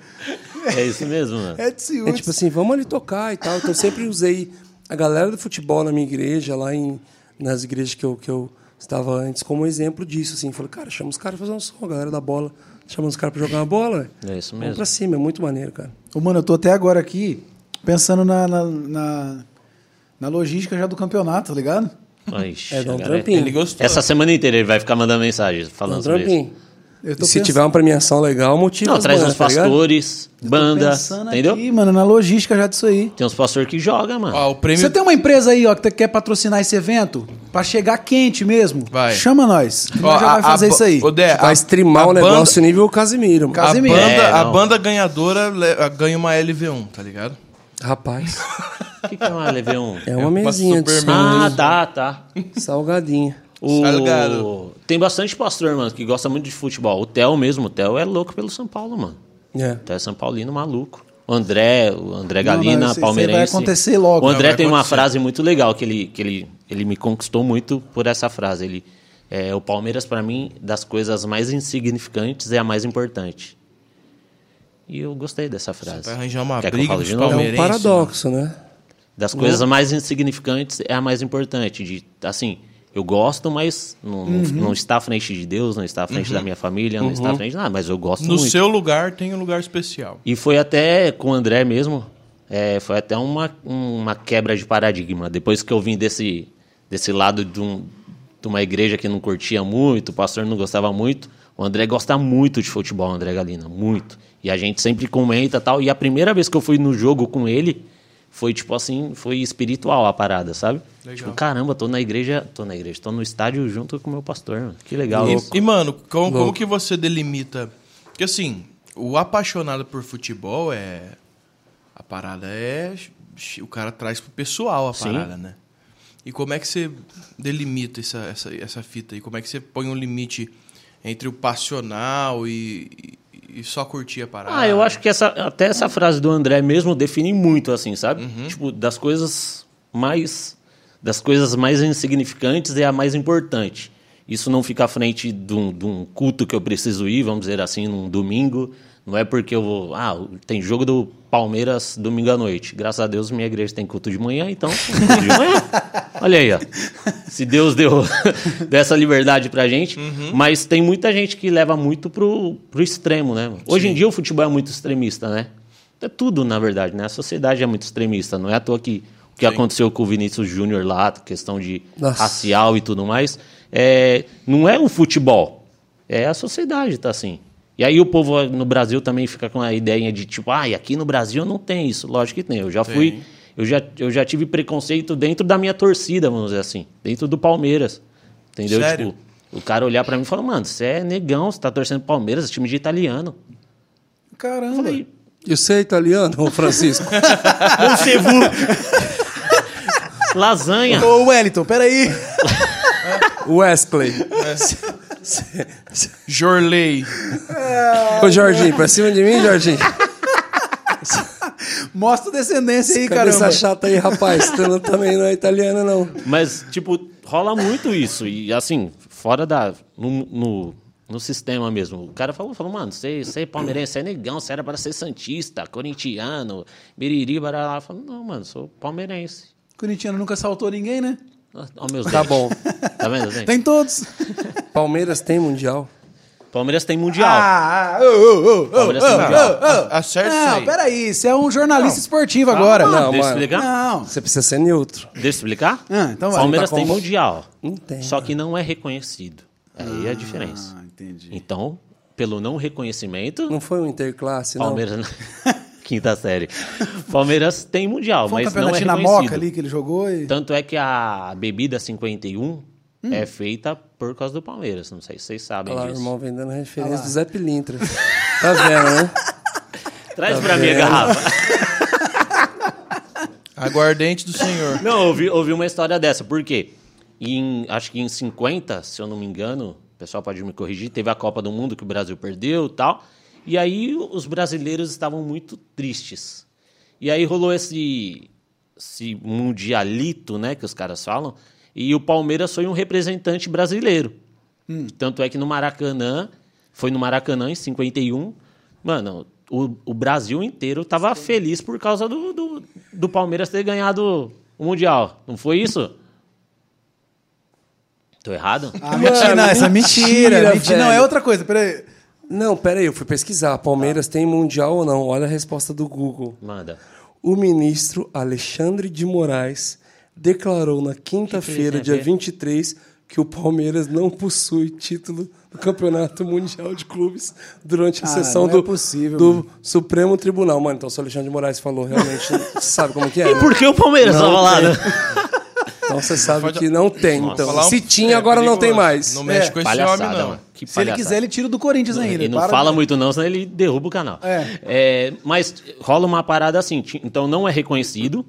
É isso mesmo, mano.
Edson Hudson.
É tipo assim, vamos ali tocar e tal. Então eu sempre usei a galera do futebol na minha igreja, lá em, nas igrejas que eu, que eu estava antes, como exemplo disso. Assim. Falei, cara, chama os caras pra fazer um som, a galera da bola. Chama os caras pra jogar uma bola.
É isso
Vamos
mesmo.
pra cima, é muito maneiro, cara.
Ô, mano, eu tô até agora aqui pensando na, na, na, na logística já do campeonato, tá ligado?
Oxi,
É, dá um
agora
trampinho.
Ele gostou.
Essa semana inteira ele vai ficar mandando mensagem
Dá um
falando sobre é isso.
trampinho.
Eu
E Se tiver uma premiação legal, motiva
Não,
as
traz
bandas,
uns
tá ligado?
pastores, banda,
pensando
entendeu?
aqui, mano, na logística já disso aí.
Tem uns pastores que jogam, mano.
Ó, o prêmio.
Você tem uma empresa aí, ó, que quer patrocinar esse evento? Pra chegar quente mesmo?
Vai.
Chama nós. que
Ó,
nós já
a-
vai fazer
a-
isso aí.
Ô, Dé,
Vai
a-
streamar
a
o
banda-
negócio nível Casimiro, mano.
Ca-
A banda,
Casimiro.
É,
a
não.
banda ganhadora le- ganha uma LV1, tá ligado?
Rapaz,
O que, que é uma LV1?
[LAUGHS] é
É
uma
uma
mesinha de som,
super
Ah, tá, tá.
salgadinha.
O-
Salgado.
Tem bastante pastor, mano, que gosta muito de futebol. O Theo mesmo, o Theo é louco pelo São Paulo, mano.
É.
O Theo é São Paulino maluco. O André, o André
Não, não,
Galina,
isso- isso aí
palmeirense.
vai acontecer logo.
O
Não,
André
vai
tem uma
acontecer.
frase muito legal que ele, que ele, ele me conquistou muito por essa frase. Ele, é, o Palmeiras, pra mim, das coisas mais insignificantes, é a mais importante. E eu gostei dessa frase.
vai arranjar uma
Quer que eu
briga
fale
com os
de novo?
É um
Palmeirense,
paradoxo, né?
Das coisas mais insignificantes é a mais importante. De, assim, eu gosto, mas não,
Uhum.
não- não está à frente de Deus, não está à frente da minha família, não está à frente de nada, mas eu gosto
Uhum. No
muito.
seu lugar tem um lugar especial.
E foi até com o André mesmo, é, foi até uma, uma quebra de paradigma. Depois que eu vim desse, desse lado de, um- de uma igreja que não curtia muito, o pastor não gostava muito, o André gosta muito de futebol, o André Galina, muito. E a gente sempre comenta e tal. E a primeira vez que eu fui no jogo com ele, foi tipo assim, foi espiritual a parada, sabe? Tipo, caramba, tô na igreja, tô na igreja, tô no estádio junto com o meu pastor, mano. Que
Tá
legal.
E, e, mano, como, como que você delimita? Porque assim, o apaixonado por futebol é. A parada é. O cara traz pro pessoal a parada, né? E como é que você delimita essa, essa, essa fita aí? Como é que você põe um limite entre o passional e, e- e só curtir a parada?
Ah, eu acho que essa, até essa frase do André mesmo define muito, assim, sabe? Tipo, das coisas mais. Das coisas mais insignificantes é a mais importante. Isso não fica à frente de um, de um culto que eu preciso ir, vamos dizer assim, num domingo. Não é porque eu vou. Ah, tem jogo do Palmeiras domingo à noite. Graças a Deus minha igreja tem culto de manhã, então. [LAUGHS] Culto de manhã. Olha aí, ó. Se Deus deu [LAUGHS] dessa liberdade pra gente. Mas tem muita gente que leva muito pro, pro extremo, né? Hoje em dia o futebol é muito extremista, né? É tudo, na verdade, né? A sociedade é muito extremista. Não é à toa que o que aconteceu com o Vinícius Júnior lá, questão de
Nossa.
racial e tudo mais. É, não é o futebol. É a sociedade, tá assim. E aí o povo no Brasil também fica com a ideia de tipo, ah, e aqui no Brasil não tem isso. Lógico que tem. Eu já fui. Eu já, eu já tive preconceito dentro da minha torcida, vamos dizer assim. Dentro do Palmeiras. Entendeu?
Sério?
Tipo, o cara olhar pra mim e falar, mano, você é negão, você tá torcendo pro Palmeiras, time de italiano.
Caramba.
Eu falei,
E você é italiano, ô [LAUGHS] Francisco?
[LAUGHS]
lasanha.
Ô, Wellington, peraí. [LAUGHS]
Wesley.
Jorley.
Ô, Jorginho, pra cima de mim, Jorginho?
Mostra a descendência aí,
Cadê
caramba.
essa chata aí, rapaz? Você não- também não é italiana, não.
Mas, tipo, rola muito isso. E, assim, fora da. No, no, no sistema mesmo. O cara falou, falou mano, você você é palmeirense, você é negão, você era para ser santista, corintiano, biriri, barará. Eu falo, não, mano, sou palmeirense.
Corintiano nunca saltou ninguém, né?
Ó, meus
Tá
dentes.
bom.
Tá vendo, gente?
Tem todos.
Palmeiras tem mundial.
Palmeiras tem mundial.
Ah, ô, ô, ô, ô,
Palmeiras tem mundial.
Ah,
A- Acerta isso
Não,
aí.
peraí, você é um jornalista esportivo agora.
Não,
deixa eu
mano.
explicar.
Não.
Você precisa ser neutro.
Deixa eu explicar.
Ah, então vai.
Palmeiras
Tá
tem
com-
mundial.
Não tem,
Só que não é reconhecido. Aí é a diferença.
Ah, entendi.
Então, pelo não reconhecimento,
Não foi um interclasse, não.
Palmeiras. Que [LAUGHS] quinta série. Palmeiras tem mundial,
Foi um
mas não é
campeonatinho na
reconhecido.
Moca ali que ele jogou e...
Tanto é que a bebida 51 é feita por causa do Palmeiras. Não sei se vocês sabem
Olha lá, o
disso.
irmão vendendo referência do Zé Pilintra. Tá vendo, né?
Traz pra mim a
vendo?
garrafa.
Aguardente do senhor.
Não, ouvi, ouvi uma história dessa. Por quê? Em, acho que em 50, se eu não me engano, o pessoal pode me corrigir, teve a Copa do Mundo que o Brasil perdeu e tal. E aí os brasileiros estavam muito tristes. E aí rolou esse, esse mundialito, né, que os caras falam. E o Palmeiras foi um representante brasileiro. Tanto é que no Maracanã, foi no Maracanã em 51, mano, o, o Brasil inteiro tava feliz por causa do, do, do Palmeiras ter ganhado o Mundial. Não foi isso? Tô errado?
Ah, mentira, não, essa é mentira.
mentira,
mentira. Não, é
velho.
outra coisa, peraí.
Não, pera aí, eu fui pesquisar. Palmeiras tem mundial ou não? Olha a resposta do Google.
Manda.
O ministro Alexandre de Moraes declarou na quinta-feira,
Que fez,
dia
né, Fê?
23, que o Palmeiras não possui título do Campeonato Mundial de Clubes durante a
Ah,
sessão
não é
do,
possível,
do
mano.
Supremo Tribunal. Mano, então se o Alexandre de Moraes falou realmente, [LAUGHS] você sabe como que é?
E
né?
por que o Palmeiras
Não
tava lá?
tem.
né?
Então você sabe que não tem. então,
Falar um-
se tinha,
é,
agora não tem
perigoso.
mais.
Não mexe
É.
com esse
Palhaçada,
homem, não.
mano. Que
Se ele
palhaçada.
quiser, ele tira do Corinthians ainda.
Ele não
para-
fala muito não, senão ele derruba o canal.
É.
É, mas rola uma parada assim, ti- então não é reconhecido,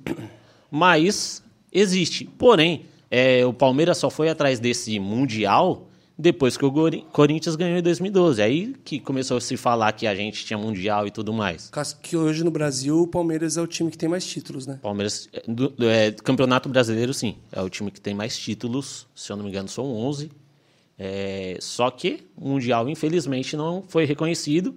mas existe. Porém, é, o Palmeiras só foi atrás desse Mundial depois que o Gori- Corinthians ganhou em 2012. Aí que começou a se falar que a gente tinha Mundial e tudo mais.
Caso que hoje no Brasil o Palmeiras é o time que tem mais títulos, né?
Palmeiras, é, do, do- é, Campeonato Brasileiro, sim, é o time que tem mais títulos, se eu não me engano, são 11. É, só que o Mundial, infelizmente, não foi reconhecido.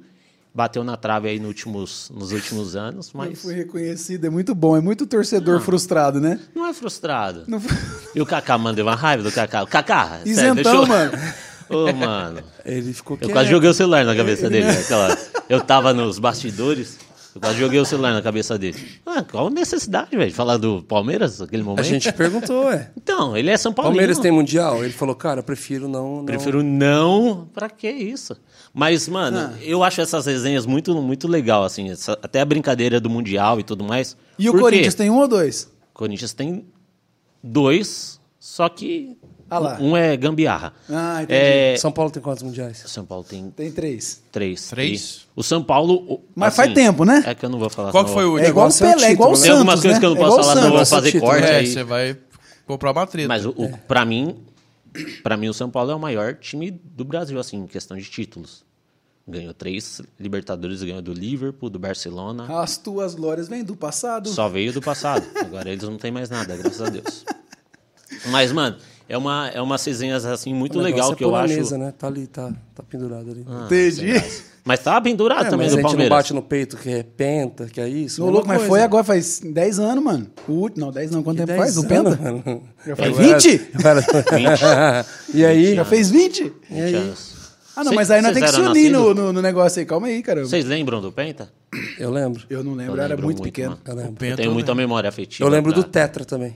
Bateu na trave aí nos últimos, nos últimos anos,
Não
mas
foi reconhecido, é muito bom, é muito torcedor frustrado, né?
não é frustrado.
Não [LAUGHS] foi-
E o Kaká mandou uma raiva do Kaká. O Kaká, sério,
Isentão,
deixa eu-
mano.
[LAUGHS]
é?
Ô, mano.
Ele ficou
Eu
quieto.
quase joguei o celular na cabeça dele. aquela- Eu tava nos bastidores, eu quase joguei o celular na cabeça dele. Ah, qual a necessidade, velho, de falar do Palmeiras naquele momento?
A gente perguntou,
[LAUGHS]
é.
Então, ele é São Paulino.
Palmeiras tem mundial? Ele falou, cara, eu prefiro não. não-
Prefiro não. Pra que isso? Mas, mano,
Ah.
eu acho essas resenhas muito, muito legal, assim. essa- até a brincadeira do Mundial e tudo mais.
E o
Por quê?
Corinthians tem um ou dois?
Corinthians tem dois, só que
Ah lá.
um é gambiarra.
Ah, entendi.
é,
São Paulo tem quantos mundiais?
São Paulo tem
Tem três.
três.
Três?
E O São Paulo... o-
Mas faz tempo, né?
É que eu não vou falar.
Qual que
senão-
foi
É
o último?
igual o
negócio é o
Pelé, é igual o
título, né?
Tem
Santos,
algumas coisas
né?
que eu não
É igual
posso falar,
o
não vou
Santos.
fazer
título,
corte
É,
aí.
você vai comprar uma treta.
Mas o,
É.
o, pra mim, pra mim, o São Paulo é o maior time do Brasil, assim, em questão de títulos. Ganhou três Libertadores, ganhou do Liverpool, do Barcelona.
As tuas glórias vêm Ah, do passado.
Só veio do passado. Agora eles não têm mais nada, graças a Deus. Mas, mano, é uma, é umas resenhas, assim, muito
O
legal
negócio
que
é
eu
pôr na
acho.
mesa, né? Tá ali, tá, tá pendurado ali.
Entendi.
Mas tá pendurado
É,
também
mas a
do
gente
Palmeiras.
não bate no peito que é penta, que é isso.
No
mesma
louco, mas
coisa.
foi agora, faz 10 anos, mano. O último, não, 10 não, quanto tempo faz? O
10 anos,
Penta?
mano.
É
Já faz
Eu era-
20?
eu [LAUGHS] era- E aí?
Já fez 20?
20 anos.
Ah, não,
é Cê-
mas aí nós
cês
temos que se
eram
unir no,
nascidos?
no, no negócio aí. Calma aí, cara.
Vocês lembram do Penta?
Eu lembro.
Eu não lembro,
Eu
eu era
lembro
muito,
muito,
pequeno.
mano.
Eu lembro.
Eu tenho muita memória afetiva. tá?
Eu lembro
pra-
do Tetra também.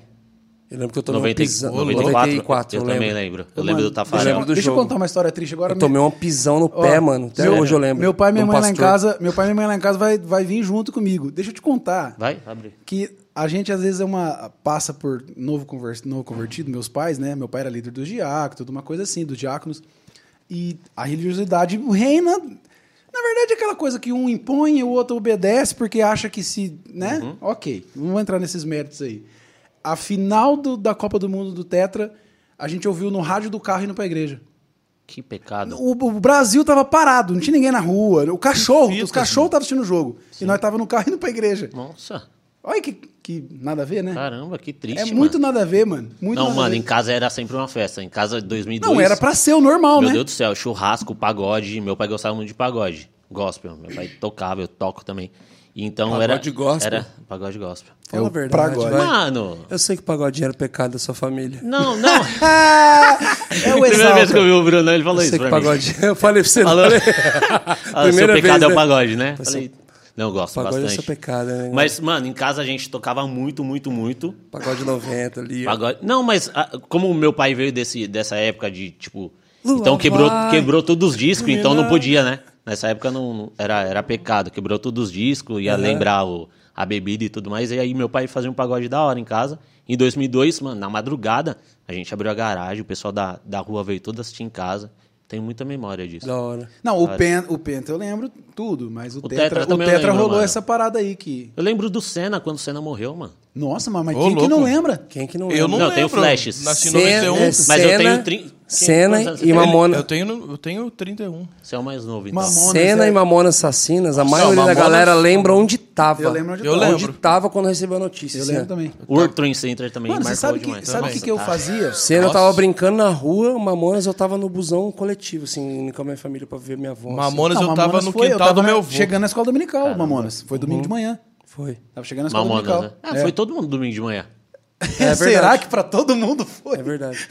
Eu lembro que eu tomei uma
90,
pisão.
94,
94,
eu,
eu
também
lembro.
lembro. Eu tá
Mano,
lembro do
deixa eu-
Tafarel.
lembro do
Deixa eu
jogo.
contar uma história triste agora.
Eu tomei uma pisão no
Ó,
pé, mano. Até
meu-
hoje eu lembro.
Meu pai e
De
minha
um
mãe lá em
pastor.
casa, meu pai e minha mãe lá em casa vai, vai vir junto comigo. Deixa eu te contar.
Vai, abre.
que a gente às vezes é uma passa por novo, conver- novo convertido, meus pais, né? Meu pai era líder dos diáconos, tudo uma coisa assim, dos diáconos. E a religiosidade reina. Na verdade, é aquela coisa que um impõe e o outro obedece porque acha que se, né? OK. Vamos entrar nesses méritos aí. A final do- da Copa do Mundo do Tetra, a gente ouviu no rádio do carro indo pra igreja.
Que pecado.
O, o Brasil tava parado, não tinha ninguém na rua. O cachorro,
fita,
os cachorros estavam assistindo o jogo. E nós tava no carro indo pra igreja.
Nossa,
Olha que, que nada a ver, né?
caramba, que triste.
É muito
mano.
nada a ver, mano. Muito
Não,
nada
mano,
a
em
ver.
casa era sempre uma festa. Em casa, 2002.
Não, era pra ser o normal,
Meu
né?
Deus do céu, churrasco, pagode. Meu pai gostava muito de pagode. Gospel. Meu pai tocava, eu toco também. E Então era.
Pagode gospel?
Era pagode gospel.
Fala
Eu-
a verdade,
pra agora.
vai.
Mano.
Eu sei que o pagodinho era o pecado da sua família.
Não, não.
Ah, [LAUGHS] é o
[LAUGHS] Primeira vez que
exalta.
eu vi o Bruno, ele falou
Eu
isso
sei que
pra
o
mim.
pagodinho. [LAUGHS] Eu falei pra você.
Falou.
falei.
[LAUGHS] Ah, seu
Primeira
pecado
vez,
é o
né?
pagode, né?
Mas
Falei, não, gosto
Pagode é
bastante.
seu pecado, né?
Mas, mano, em casa a gente tocava muito, muito, muito.
Pagode 90 ali. ó.
Pagode- Não, mas ah, como o meu pai veio desse, dessa época de, tipo.
Lua
então quebrou,
vai
quebrou todos os discos, então não
iluminar.
podia, né? Nessa época não, não- era, era pecado, quebrou todos os discos, ia
Aham.
lembrar o- a bebida e tudo mais. E aí meu pai fazia um pagode da hora em casa. Em 2002, mano, na madrugada, a gente abriu a garagem, o pessoal da, da rua veio todo assistir em casa. Tenho muita memória disso.
Da hora.
Não, o, pen, o Penta eu lembro tudo, mas o,
Ah. O
Tetra,
Tetra
o
também eu
tetra
lembro,
rolou
mano.
essa parada aí que.
Eu lembro do Senna, quando o Senna morreu, mano.
Nossa, mas, mas
Ô,
quem que não
louco.
lembra?
Quem que não
Eu não,
lembra?
Não, tenho
lembro.
flashes.
Nasci em
Cena-
91.
é,
Ele-
um, Mas eu tenho
Senna-
30. quem-
Senna
quantos anos você
e
tem?
Mamona.
Eu tenho, eu tenho 31.
Você é o mais novo, então.
Mamona.
Cena
é-
e Mamonas Assassinas, a
Não,
maioria
Mamonas-
da galera lembra onde tava.
Eu lembro onde
Eu
tava.
lembro.
Onde tava quando recebeu a notícia.
Eu
assim,
lembro
ó.
também.
O World Trade Center também Ah.
Mano, você
marcou
sabe o que,
demais.
sabe o que,
Nossa,
que eu
tá.
fazia?
Cena, eu
Nossa.
tava brincando na rua, Mamonas, eu tava no busão coletivo, assim, indo com a minha família pra ver minha avó. assim.
Mamonas,
Não,
eu tava
Mamonas
no
foi- eu
quintal
tava
do
na-
meu avô.
Chegando na escola dominical, Mamonas. Foi domingo de manhã.
Foi.
Tava chegando na escola É.
Mamonas, né?
dominical.
Ah, foi todo mundo domingo de manhã. [LAUGHS]
É
Será
verdade.
que pra todo mundo foi?
É verdade.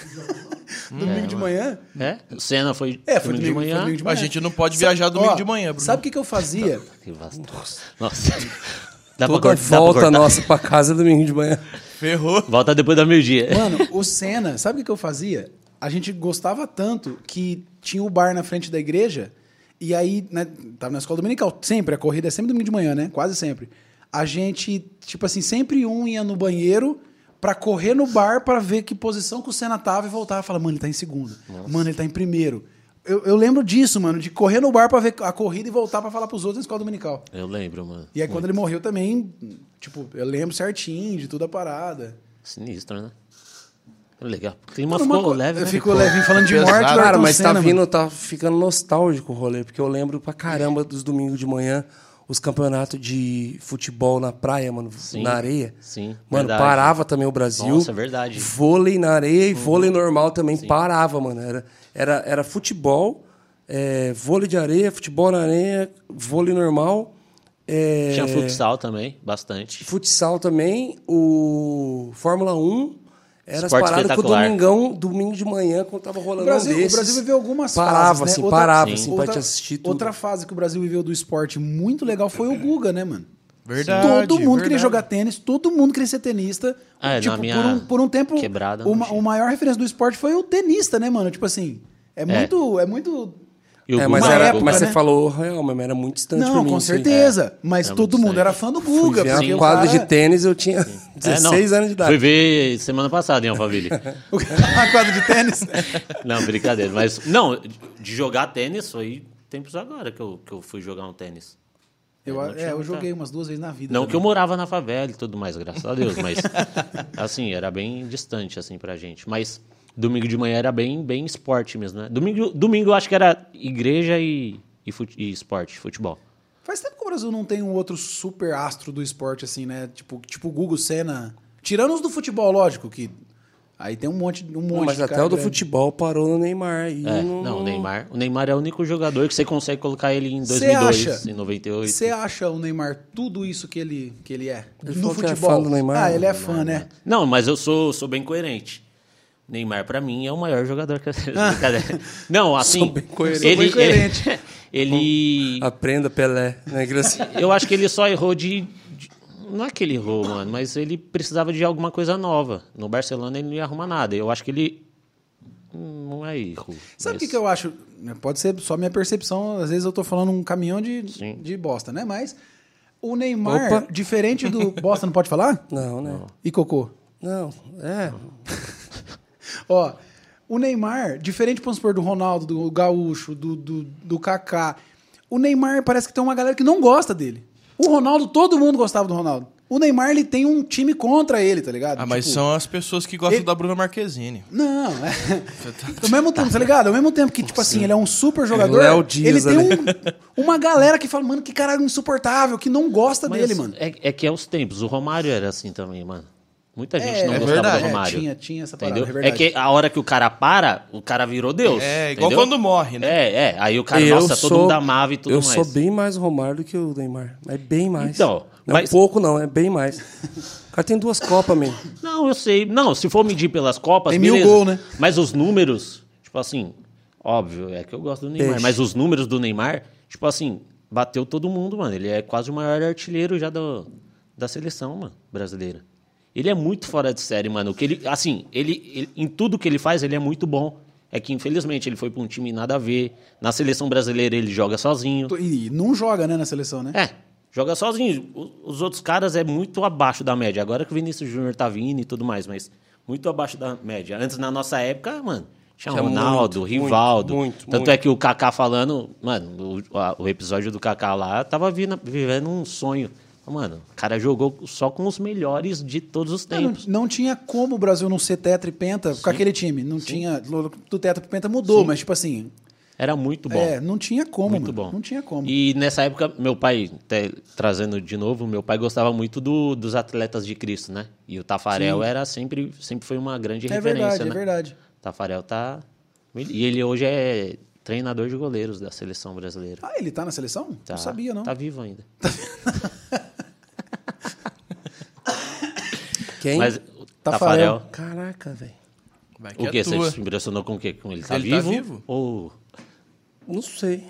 domingo de manhã?
É? O Senna foi,
É, foi
domingo,
domingo,
de
foi
manhã.
domingo de
A
manhã.
gente não pode
Sa-
viajar domingo
ó,
de manhã, Bruno.
Sabe o que, que eu
[LAUGHS]
fazia?
Que vasta.
[LAUGHS]
Nossa. Dá pra
Toda
cortar, dá pra
volta
cortar.
nossa pra casa é domingo de manhã.
Ferrou.
Volta depois da meio-dia.
Mano, o Senna, sabe o que, que eu fazia? A gente gostava tanto que tinha o bar na frente da igreja, e aí, né, tava na escola dominical, sempre, a corrida é sempre domingo de manhã, né? Quase sempre. A gente, tipo assim, sempre um ia no banheiro pra correr no bar pra ver que posição que o Senna tava e voltava. Fala, mano, ele tá em segundo. Mano, ele tá em primeiro. Eu, eu lembro disso, mano, de correr no bar pra ver a corrida e voltar pra falar pros outros na escola dominical.
[LAUGHS] Eu lembro, mano.
E aí, quando ele morreu também, tipo, eu lembro certinho de toda a parada.
Sinistro, né? Legal. O clima
Mano,
ficou
uma co-
leve, né?
Ficou levinho falando de
Pesado.
morte, né? Então, do
Cara,
Ayrton
mas tá
Senna,
vindo,
mano.
tá ficando nostálgico o rolê, porque eu lembro pra caramba dos domingos de manhã, os campeonatos de futebol na praia, mano, na areia.
sim,
Mano,
verdade.
parava também o Brasil.
Nossa, é verdade. Uhum.
Vôlei na areia e vôlei normal também parava, mano. Era, era, era futebol, é, vôlei de areia, futebol na areia, vôlei normal. é,
Tinha futsal também, bastante.
futsal também, o Fórmula 1. Era as
Esporte
paradas que o
espetacular.
domingão, domingo de manhã, quando tava rolando
O Brasil,
um
o
desses,
Brasil viveu algumas
parava,
fases,
Assim,
né?
Parava,
Sim.
assim, pra te assistir tudo.
outra fase que o Brasil viveu do esporte muito legal foi o Guga, né, mano?
Verdade,
Todo mundo queria
verdade.
jogar tênis, todo mundo queria ser tenista.
Ah, é, na
tipo,
minha
por, um, por um tempo,
quebrada,
o,
não
ma-
tinha.
o maior referência do esporte foi o tenista, né, mano? Tipo assim, é, muito... É muito...
E o
É, mas,
Guga,
era,
o
época,
Guga.
mas você
né?
falou real, mas era muito distante pra
Não,
mim.
com
assim.
certeza. Mas
Era
todo
É. muito
mundo era fã do
Fui
Guga.
ver
porque
a
o
quadra
cara-
de
[LAUGHS]
tênis, eu tinha [LAUGHS]
É, não.
16 anos de idade.
Fui ver semana passada
[LAUGHS]
em Alphaville.
a quadra é um de
[LAUGHS]
tênis.
não, brincadeira. Mas, não, de jogar tênis foi tempos agora que eu, que eu fui jogar um tênis.
Eu,
Eu não tinha
é, eu
muita-
joguei umas duas vezes na vida.
Não
também.
que eu morava na favela e tudo mais, graças a Deus, mas assim, era bem distante assim pra gente. Mas domingo de manhã era bem, bem esporte mesmo, né? Domingo, domingo eu acho que era igreja e, e, fut- e esporte, futebol.
Faz tempo que o Brasil não tem um outro super astro do esporte, assim, né? Tipo, tipo o Gugu Senna. Tirando os do futebol, lógico, que. Aí tem um monte, um monte
mas
de
até
cara
o do
grande.
futebol parou no Neymar. E
É,
não-
não, o Neymar. O Neymar é o único jogador que você consegue colocar ele em 2002,
acha?
em 98.
Você acha o Neymar tudo isso que ele, que ele é?
Ele
no
falou que é
futebol.
fã do Neymar,
ah, ele é
do
fã, né?
Não, mas eu sou, sou bem coerente. Neymar, pra mim, é o maior jogador que eu
[LAUGHS]
Brincadeira. Não, assim.
bem coerente.
Ele,
Sou bem coerente.
Ele. [LAUGHS] ele-
Aprenda Pelé, né,
[LAUGHS]
Gracinha?
Eu acho que ele só errou de, de- Não é que ele errou, mano, mas ele precisava de alguma coisa nova. No Barcelona ele não ia arrumar nada. Eu acho que ele. hum, Não é erro.
Sabe o
mas-
que, que eu acho? Pode ser só minha percepção, às vezes eu tô falando um caminhão de,
Sim.
de bosta, né? Mas o Neymar,
Opa. [LAUGHS]
diferente do. Bosta, não pode falar?
Não, né?
E cocô?
Não, é.
Ó, o Neymar, diferente, vamos supor, do Ronaldo, do Gaúcho, do, do, do Kaká, o Neymar parece que tem uma galera que não gosta dele. O Ronaldo, todo mundo gostava do Ronaldo. O Neymar, ele tem um time contra ele, tá ligado?
Ah, mas
Tipo,
são as pessoas que gostam
ele-
da Bruna Marquezine.
Não, é. Ao mesmo tempo, tá ligado? Ao mesmo tempo que, tipo assim, ele é um super jogador.
Léo Dias
ele tem um- uma galera que fala, mano, que caralho insuportável, que não gosta
mas
dele, mano.
É, é que é os tempos. O Romário era assim também, mano. Muita gente não
é
gostava
verdade.
do
É,
Romário.
tinha, tinha essa parada,
Entendeu?
é verdade.
que a hora que o cara para, o cara virou Deus.
É, igual
entendeu?
quando morre, né?
É, é. Aí o cara, nossa, todo mundo amava e tudo
eu
mais.
sou bem mais Romário do que o Neymar. É bem mais.
Então,
não é
mas-
pouco, não, é bem mais. O cara tem duas Copas, man.
Não, eu sei. Não, se for medir pelas Copas,
Tem mil
beleza.
gol, né?
Mas os números, tipo assim, óbvio, é que eu gosto do Neymar,
Peixe.
mas os números do Neymar, tipo assim, bateu todo mundo, mano. Ele é quase o maior artilheiro já do, da seleção, mano, brasileira. Ele é muito fora de série, mano. Que ele, assim, ele, ele- em tudo que ele faz, ele é muito bom. é que, infelizmente, ele foi para um time nada a ver. Na seleção brasileira, ele joga sozinho.
E não joga, né, na seleção, né?
É, joga sozinho. O- Os outros caras é muito abaixo da média. Agora que o Vinícius Júnior tá vindo e tudo mais, mas muito abaixo da média. Antes, na nossa época, mano, tinha
Tinha
Ronaldo,
muito,
Rivaldo.
muito, muito,
Tanto
muito.
é que o Kaká falando, mano, o, a- o episódio do Kaká lá tava vindo- vivendo um sonho. Mano, o cara jogou só com os melhores de todos os
É,
Ah, Não,
tempos.
não tinha como o Brasil não ser tetra e penta com aquele time. Não tinha. Do tetra pro penta mudou, mas tipo assim.
Era muito bom.
É, não tinha como, mano.
Muito bom.
Não tinha como.
E nessa época, meu pai, até trazendo de novo, meu pai gostava muito do- dos atletas de Cristo, né? E o Tafarel era sempre, sempre foi uma grande
é
referência,
verdade,
né?
é verdade.
Tafarel tá. E ele hoje é treinador de goleiros da seleção brasileira.
Ah, ele tá na seleção?
Tá,
Não sabia, não.
Tá vivo ainda.
Quem?
Mas o
Tafarel.
Tafarel.
Caraca, velho.
Vai que
O
é
que?
tua.
Você se impressionou com o quê? Com ele tá
Ele tá
vivo?
vivo?
Ou.
Não sei.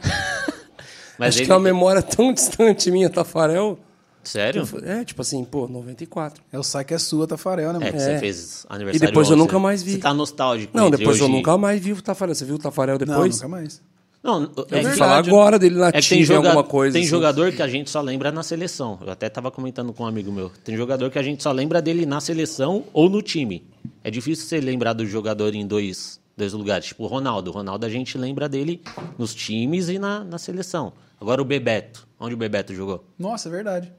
Mas
Acho
ele.
que é uma memória tão distante minha, Tafarel.
Sério?
É, tipo assim, pô, 94.
É o sai que é sua, Tafarel, né,
É,
mano?
que você
É.
fez aniversário.
E depois eu
ontem.
nunca mais vi.
Você tá nostálgico.
Não,
entre
depois eu
hoje e-
nunca mais vi o Tafarel. Você viu o Tafarel
Não,
depois?
nunca mais.
Não,
Eu
é
ouvi
que-
falar agora dele na
É que tem
Tinge,
joga-
alguma coisa.
Tem
assim.
jogador que a gente só lembra na seleção. Eu até tava comentando com um amigo meu. Tem jogador que a gente só lembra dele na seleção ou no time. É difícil você lembrar do jogador em dois, dois lugares. Tipo o Ronaldo. O Ronaldo a gente lembra dele nos times e na, na seleção. Agora o Bebeto. Onde o Bebeto jogou?
Nossa, é verdade.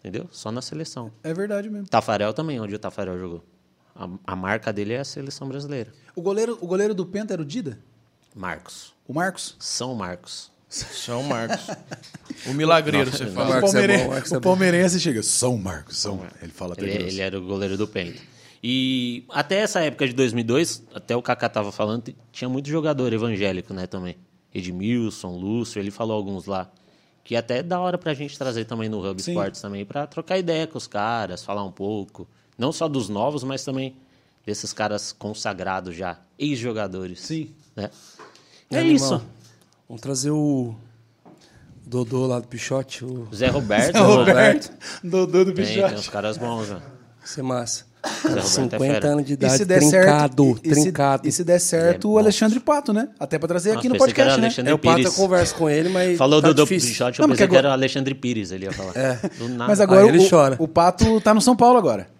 Entendeu? Só na seleção.
É verdade mesmo.
Tafarel também, onde o Tafarel jogou. A, a marca dele é a seleção brasileira.
O goleiro, o goleiro do Penta era o Dida?
Marcos.
O Marcos?
São Marcos.
São Marcos. O milagreiro, você
O,
Marcos
fala.
é
palmeire-
bom, o Marcos é
o
bom.
palmeirense chega. São Marcos, São. Ele fala até
Ele, é,
grosso.
ele era o goleiro do Penta. E até essa época de 2002, até o Kaká tava falando, t- tinha muito jogador evangélico, né, também. Edmilson, Lúcio, ele falou alguns lá. Que até é da hora pra gente trazer também no Hub
Sim.
Sports também, pra trocar ideia com os caras, falar um pouco. Não só dos novos, mas também desses caras consagrados já, ex-jogadores.
Sim.
Né? É
Animal.
isso.
Vamos trazer o Dodô lá do Pichote, o
[LAUGHS]
Zé Roberto.
Roberto.
Dodô do
Tem,
Bichote.
tem uns caras bons, né?
Ser massa.
Roberto é
50
fera.
anos de
E
idade,
se der
trincado,
certo, e- e se-
trincado.
E se, der certo,
É,
o
nossa.
Alexandre Pato, né? Até pra trazer aqui
Nossa,
no
pensei que era
podcast, né?
Alexandre
É, o Pato eu
Pires.
converso com ele, mas
Falou
tá
do Double
difícil.
Shot,
Não,
eu
mas
pensei
que
que era o Alexandre Pires, ele ia falar. É. Do nada.
Mas agora
Aí ele
o,
chora.
o Pato tá no São Paulo agora.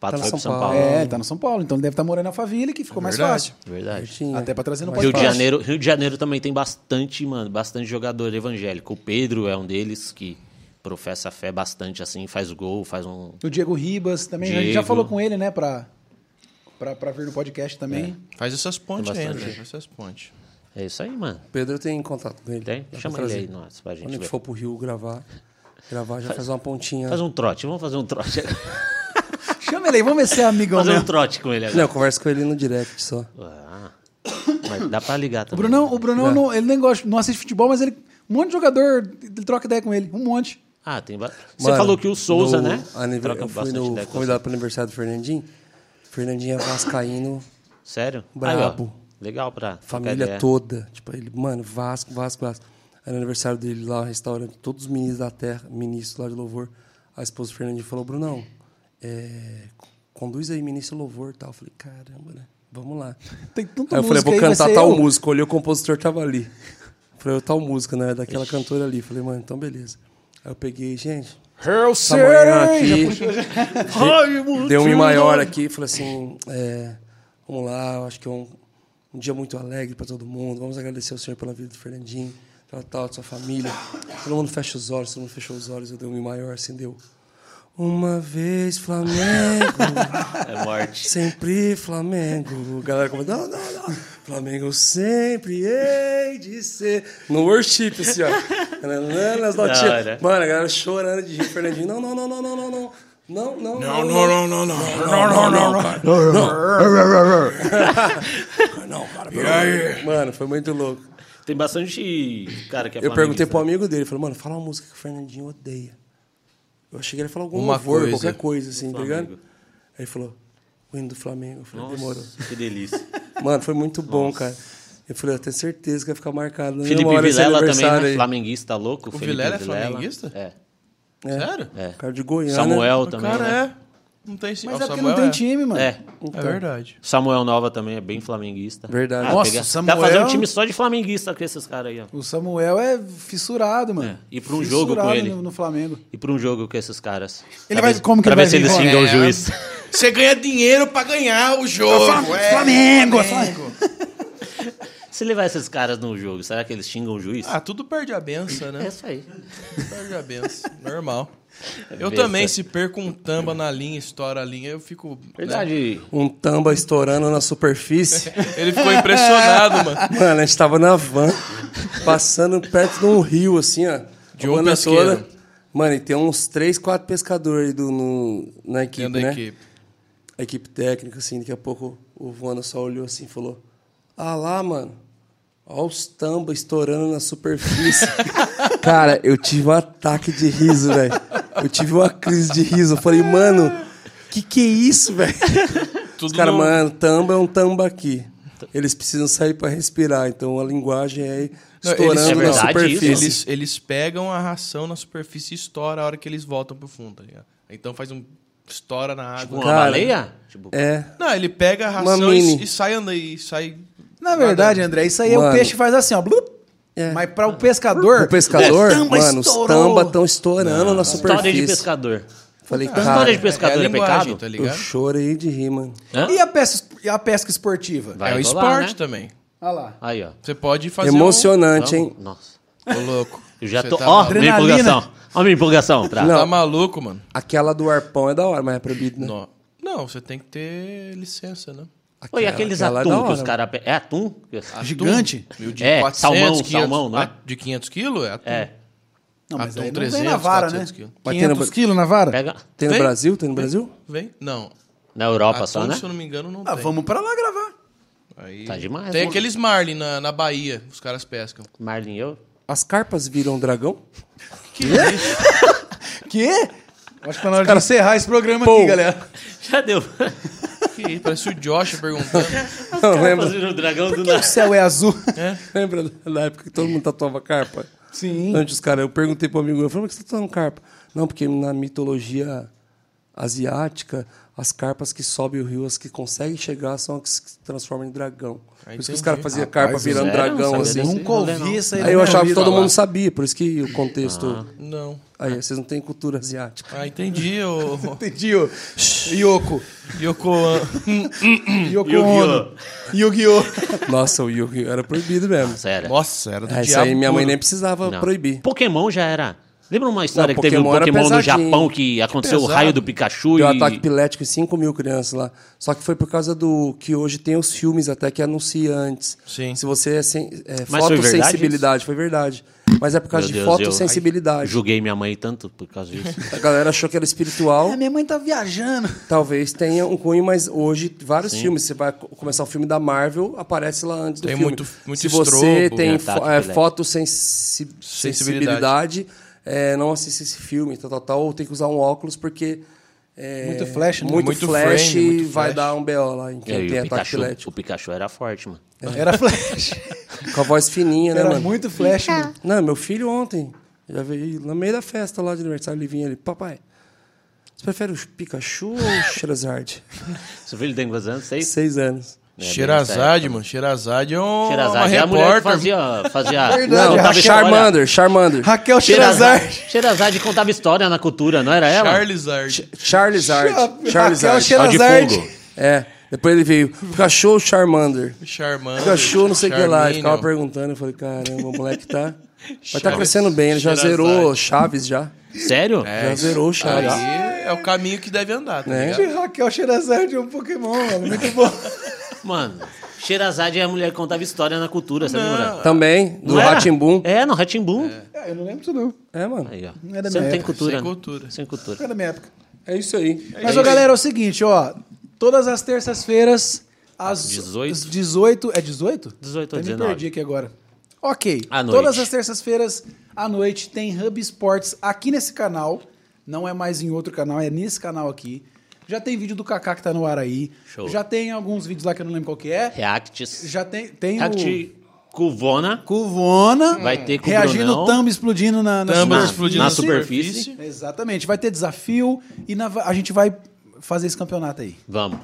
Pato
tá
foi pro
São
São Paulo.
Paulo.
É, ele tá no São Paulo, então ele deve estar morando na favela que
É
ficou mais
Verdade.
fácil.
Verdade.
Sim,
Até pra trazer no
Mas
É. Rio de,
podcast.
Janeiro, Rio de Janeiro também tem bastante, mano, bastante jogador evangélico. O Pedro é um deles que professa a fé bastante, assim, faz gol, faz um...
O Diego Ribas também. A gente já
Diego.
falou com ele, né? Pra, pra, pra vir no podcast também.
Faz essas pontes
Tem
aí,
bastante.
André. Faz essas pontes.
É isso aí, mano.
O Pedro tem contato com ele.
Tem?
Dá pra
Chama ele
trazer.
aí, nós,
Quando
pra
a
gente
gente
ver.
for pro Rio gravar, gravar já faz uma pontinha.
Faz um trote, vamos fazer um
[LAUGHS]
trote.
Chama ele aí, vamos ver se é amigão
fazer um
mesmo.
trote com ele
Não,
agora.
eu converso com ele no direct só.
Ah, mas dá pra ligar
O
também. né?
Brunão, o Brunão não, ele nem gosta, não assiste futebol, mas ele. Um monte de jogador, ele troca ideia com ele. Um monte.
Ah, tem... ba- Você
Mano,
falou que o Souza,
no
né?
anive-
Troca
Eu fui
bastante
no,
ideia com
convidado para o aniversário do Fernandinho. Fernandinho é vascaíno,
você. Sério?
Brabo.
Aí, ó, legal pra... trocar
família
ideia.
toda. Tipo, ele, mano, Vasco, Vasco, Vasco. Aí no aniversário dele lá, o restaurante, todos os meninos da terra, ministros lá de louvor. A esposa do Fernandinho falou, Brunão, é, conduz aí, ministro louvor e tal. Eu falei, caramba, né? Vamos lá.
Tem tanta
Aí eu falei,
música
vou
aí, vai
cantar
ser
tal
eu.
música. Olhei o compositor, tava ali. Falei, tal música, né? Daquela cantora ali. Falei, mano, então beleza. Aí eu peguei, gente,
Eu
essa
sei.
manhã [LAUGHS] aqui. Deu um mi maior aqui e falou assim: é, vamos lá, eu acho que é um, um dia muito alegre para todo mundo. Vamos agradecer ao senhor pela vida do Fernandinho, tal, tal, de sua família. Todo mundo fecha os olhos, todo mundo fechou os olhos. Eu dei um mi maior, acendeu. Uma vez Flamengo.
É morte.
Sempre Flamengo. A galera comenta, não, não, não. Flamengo sempre hei de ser. No worship, assim, ó. Nananana, As
Da
notinhas.
hora.
Mano, a galera chorando de rir, Fernandinho. Não, não, não, não, não, não, não. Não, não, não,
não, não, não. Não, não, não, cara.
não, cara. pelo- Mano, foi muito louco.
Tem bastante cara que é
Eu perguntei
flamenguista.
pro amigo dele, falei, mano, fala uma música que o Fernandinho odeia. Eu achei que ele ia falar algum
Uma
louvor,
coisa.
qualquer coisa, assim, tá ligado? Aí
Flamengo.
ele falou, o hino do Flamengo. Eu falei,
Nossa,
demorou. [LAUGHS]
que delícia.
Mano, foi muito bom, cara. Eu falei, eu tenho certeza que vai ficar marcado. na mesma
Felipe
hora esse
Vilela também, né?
aniversário aí.
flamenguista louco.
Vilela é flamenguista?
É.
É,
Sério?
é.
cara de Goiânia.
Samuel também,
Cara,
né?
é. Não tem sim.
Mas é
Ah, o
porque
Samuel
não tem time, mano.
É.
É verdade.
Samuel Nova também é bem flamenguista.
Verdade.
Ah,
Nossa,
pegar-
Samuel-
Dá pra fazer um time só de flamenguista com esses caras aí, ó.
O Samuel é fissurado, mano.
É, e pra um jogo com
Fissurado
ele.
No, no Flamengo.
E pra um jogo com esses caras.
Ele
Pra
vai-
ver-
como que
pra
ele
ver
vai vir né?
se eles xingam o
embora?
juiz.
Você ganha dinheiro pra ganhar o jogo. é.
Flamengo, Flamengo.
[LAUGHS] se levar esses caras no jogo, será que eles xingam o juiz?
Ah, tudo perde a benção, né?
é isso aí.
Perde a benção. Normal. Eu
Benção.
também, se perco um tamba na linha, estoura a linha, eu fico. né?
Verdade.
É.
Um tamba estourando na superfície. [LAUGHS]
Ele ficou impressionado, mano.
Mano, a gente tava na van, passando perto de um rio, assim, ó.
De
a
um
banda
pesqueiro.
Mano, e tem uns três, quatro pescadores aí do, no, na equipe,
Dentro da
né?
equipe.
A equipe técnica, assim, daqui a pouco o Voana só olhou assim e falou: Ah lá, mano, olha os tamba estourando na
[LAUGHS]
superfície. Cara, eu tive um ataque de riso, velho. Eu tive uma crise de riso. Eu falei, mano, que que é isso, velho? Os
Tudo
caras,
no-
mano, tamba é um tamba aqui. Eles precisam sair pra respirar, então a linguagem é
Não,
estourando
eles-
na
é verdade
superfície.
isso.
Eles, eles pegam a ração na superfície e estoura a hora que eles voltam pro fundo, tá ligado? Então faz um. estoura na água.
Tipo, uma
Cara,
baleia? Tipo,
É.
Não, ele pega a
Uma
ração e,
mini.
e sai andando e sai.
Na verdade, André, isso aí é o
Mano.
peixe faz assim, ó. blup.
É.
Mas para o pescador. é,
O pescador,
o tamba
mano,
estourou.
os tamba estão estourando na
história de
superfície.
pescador.
Falei,
história de
cara,
pescador é,
linguagem,
pecado?
tá
eu
ligado?
chorei de rir, mano.
Hã?
então E a pesca, e a pesca esportiva?
Vai
é o
rolar,
esporte
né?
também.
Olha lá.
Aí, ó.
Você pode fazer.
Emocionante, hein?
Vamos? Nossa.
Um... Ô, louco.
Eu já
Você
tô.
Tá
ó,
maluco.
minha
Adrenalina.
empolgação. Ó, minha empolgação. Pra...
Não.
Tá maluco, mano.
Aquela do arpão é da hora, mas é proibido, né?
Não. Não, você tem que ter licença, né?
Oi, aqueles
aquela é da
atum que
hora,
os caras. pe- É atum? Que os-
Gigante?
Mil de
É,
400,
salmão,
500,
salmão, não é?
ah, De 500 quilos? É. atum.
É.
Não, mas
Atum
aí não
300,
vem na vara, né?
400 quilos.
Mas tem
500
na-
quilos na vara?
Pega.
Tem no
Tem?
Brasil? Tem no Brasil?
Vem? Não.
Na Europa
Atum,
só, né?
se eu não me engano, não
Ah,
tem.
vamos pra lá gravar.
Aí-
Tá demais,
Tem
mano.
aqueles marlin na, na Bahia, os caras pescam.
Marlin, eu. [LAUGHS]
As carpas viram dragão? [LAUGHS]
Quê? Acho que tá na hora de encerrar esse programa aqui, galera.
Já
[LAUGHS]
deu.
Que isso, parece o Josh perguntando.
Não, tá lembra,
Fazendo o dragão do
O
nada.
céu é [LAUGHS] azul.
lembra da época que todo mundo tatuava carpa?
Sim.
Antes, os caras, eu perguntei pro amigo meu, eu falei, mas por que você tá tatuando carpa? Não, porque na mitologia asiática, as carpas que sobem o rio, as que conseguem chegar, são as que se transformam em dragão. por
Ah,
isso que os
entendi.
caras faziam
Rapaz,
carpa virando
sério?
dragão,
Não
assim.
sabia disso.
Nunca ouvi isso aí.
Aí eu
né?
achava que todo
falar.
mundo sabia, por isso que o contexto...
não.
Aí, vocês não têm cultura asiática.
Ah, entendi, ô.
Entendi, ô. Yoko.
Yoko Ono.
Yoko
Hum, Yu-Gi-Oh!
Ono. Yu-Gi-Oh!
Nossa, o yu era proibido mesmo.
Sério.
Nossa, era do
Ah,
É, isso
diabo.
aí minha mãe
puro.
nem precisava
Não.
proibir.
Pokémon já era. Lembra uma história
Não,
que teve um
Pokémon era
Pokémon no
pesadinho.
Japão que aconteceu o
pesado.
raio do Pikachu
Deu
e.
ataque epilético em 5 mil crianças lá. Só que foi por causa do que hoje tem os filmes até que anuncia antes.
Sim.
Se você é, sen, é
Mas foi verdade
fotossensibilidade, foi verdade. Mas é por
Meu
causa de
Deus, Eu
fotossensibilidade.
julguei minha mãe tanto por causa disso.
A galera achou que era espiritual.
Ah, minha mãe tá viajando.
Talvez tenha um cunho, mas hoje vários filmes. Você vai co- começar o filme da Marvel, aparece lá antes do
Tem
filme.
muito- muito
Se você
estrobo. né,
tem
Tem ataque
fo é,
epilético.
fotossensibilidade, é, não assista esse filme, tal, tal, tal, ou tem que usar um óculos porque. é,
Muito flash, né?
Muito,
Muito
flash
frame, muito
vai
flash. É,
dar um BO lá em [LAUGHS]
E
quem
aí,
tem
o,
ataque
Pikachu,
epilético.
o Pikachu era forte, mano.
É. Era flash.
Com a voz fininha, né,
[LAUGHS] Era
mano?
muito flash, mano.
Não, meu filho ontem, já veio no meio da festa lá de aniversário, ele vinha ali, papai, você prefere o Pikachu ou o
[LAUGHS]
Charizard?
Seu filho tem quantos anos? Seis?
Seis anos.
É, bem sério.
Xerazade, mano. Xerazade é um
Xerazade é
uma
a mulher que
repórter.
fazia... fazia
Verdade,
Não,
contava
tá
história.
Charmander, Charmander.
Raquel
Xerazade.
Xerazade.
Xerazade contava história na cultura, não era ela?
Charlesard.
Charizard.
Chap- Raquel
Charizard.
Xerazard.
Ó, de fogo.
É. Depois ele veio, Pikachu Charmander.
Charmander.
Pikachu, não sei o que lá. E
Charminion.
ficava perguntando. Eu falei, caramba, o moleque tá. Mas tá crescendo bem, ele já
Charizard.
zerou Chaves já.
Sério?
Já zerou o Chaves.
Aí é o caminho que deve andar, tá
Né?
ligado?
Raquel Xerazade é um Pokémon, mano. Muito bom.
Mano, Xerazade é a mulher que contava história na cultura, sabe, Moura?
Também, do Ratimbum.
É, no Ratimbum.
[LAUGHS] Ah, eu não lembro disso, não.
É, mano.
Aí, ó.
Não é da
Você não
minha
tem
época.
cultura.
Sem
né?
cultura.
Sem cultura.
Não é da minha época.
É isso aí.
Mas, ó, galera, é o seguinte, ó. Todas as terças-feiras, às
18.
às 18. É 18?
18 ou
Eu me
19.
perdi aqui agora. Ok.
À noite.
Todas as terças-feiras à noite tem Hub Sports aqui nesse canal. Não é mais em outro canal, é nesse canal aqui. Já tem vídeo do Kaká que tá no ar aí.
Show.
Já tem alguns vídeos lá que eu não lembro qual que é.
Reacts.
Já tem, tem o
React Cuvona.
Cuvona
Vai ter com o
reagindo,
Brunão.
tamba explodindo na, na
Tamba
Na-
explodindo
na
na,
superfície.
superfície.
Exatamente. Vai ter desafio e na- a gente vai fazer esse campeonato aí.
Vamos.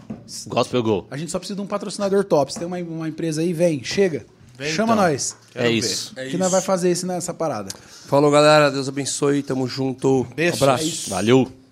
Gospel Go.
A gente só precisa de um patrocinador top. Se tem uma, uma empresa aí, vem, chega.
Vem,
chama
então.
nós.
Quero
é
ver.
isso.
que nós vai fazer isso nessa parada.
Falou, galera. Deus abençoe. Tamo junto.
Beijo.
Abraço.
É isso.
Valeu.